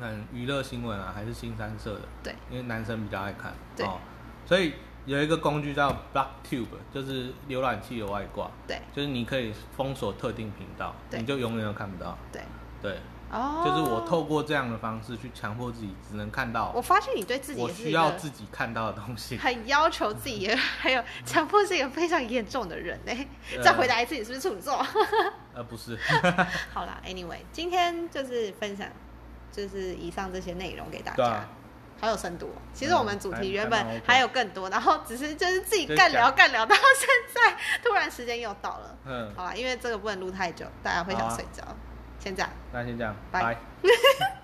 [SPEAKER 1] 嗯娱乐新闻啊，还是新三社的，
[SPEAKER 2] 对，
[SPEAKER 1] 因为男生比较爱看，
[SPEAKER 2] 对
[SPEAKER 1] 哦，所以有一个工具叫 BlockTube，就是浏览器的外挂，
[SPEAKER 2] 对
[SPEAKER 1] 就是你可以封锁特定频道，
[SPEAKER 2] 对
[SPEAKER 1] 你就永远都看不到，
[SPEAKER 2] 对，
[SPEAKER 1] 对，
[SPEAKER 2] 哦，
[SPEAKER 1] 就是我透过这样的方式去强迫自己只能看到
[SPEAKER 2] 我发现你对自己
[SPEAKER 1] 我
[SPEAKER 2] 也是
[SPEAKER 1] 需
[SPEAKER 2] 一
[SPEAKER 1] 要
[SPEAKER 2] 个
[SPEAKER 1] 自己嗯看到的东西，
[SPEAKER 2] 很要求自己， <laughs> 还有强迫是一个非常严重的人
[SPEAKER 1] <laughs>
[SPEAKER 2] 呢、
[SPEAKER 1] 呃
[SPEAKER 2] 再回答一次，你是不是处女座？ <laughs>
[SPEAKER 1] 而不是 <laughs>
[SPEAKER 2] 好啦，Anyway，今天就是分享，就是以上这些内容给大
[SPEAKER 1] 对
[SPEAKER 2] 家。
[SPEAKER 1] 啊
[SPEAKER 2] 好有深度、哦。其实
[SPEAKER 1] 嗯
[SPEAKER 2] 我们主
[SPEAKER 1] 还
[SPEAKER 2] 题原
[SPEAKER 1] 还蛮
[SPEAKER 2] 本
[SPEAKER 1] OK
[SPEAKER 2] 还有更多，然后只是就是自己
[SPEAKER 1] 就是
[SPEAKER 2] 干聊
[SPEAKER 1] 讲
[SPEAKER 2] 干聊到现在，突然时间又到了。
[SPEAKER 1] 嗯，
[SPEAKER 2] 好啦，因为这个不能录太久，大家会
[SPEAKER 1] 好
[SPEAKER 2] 想
[SPEAKER 1] 啊
[SPEAKER 2] 睡觉。先这样。
[SPEAKER 1] 那先这样，
[SPEAKER 2] 拜
[SPEAKER 1] 拜。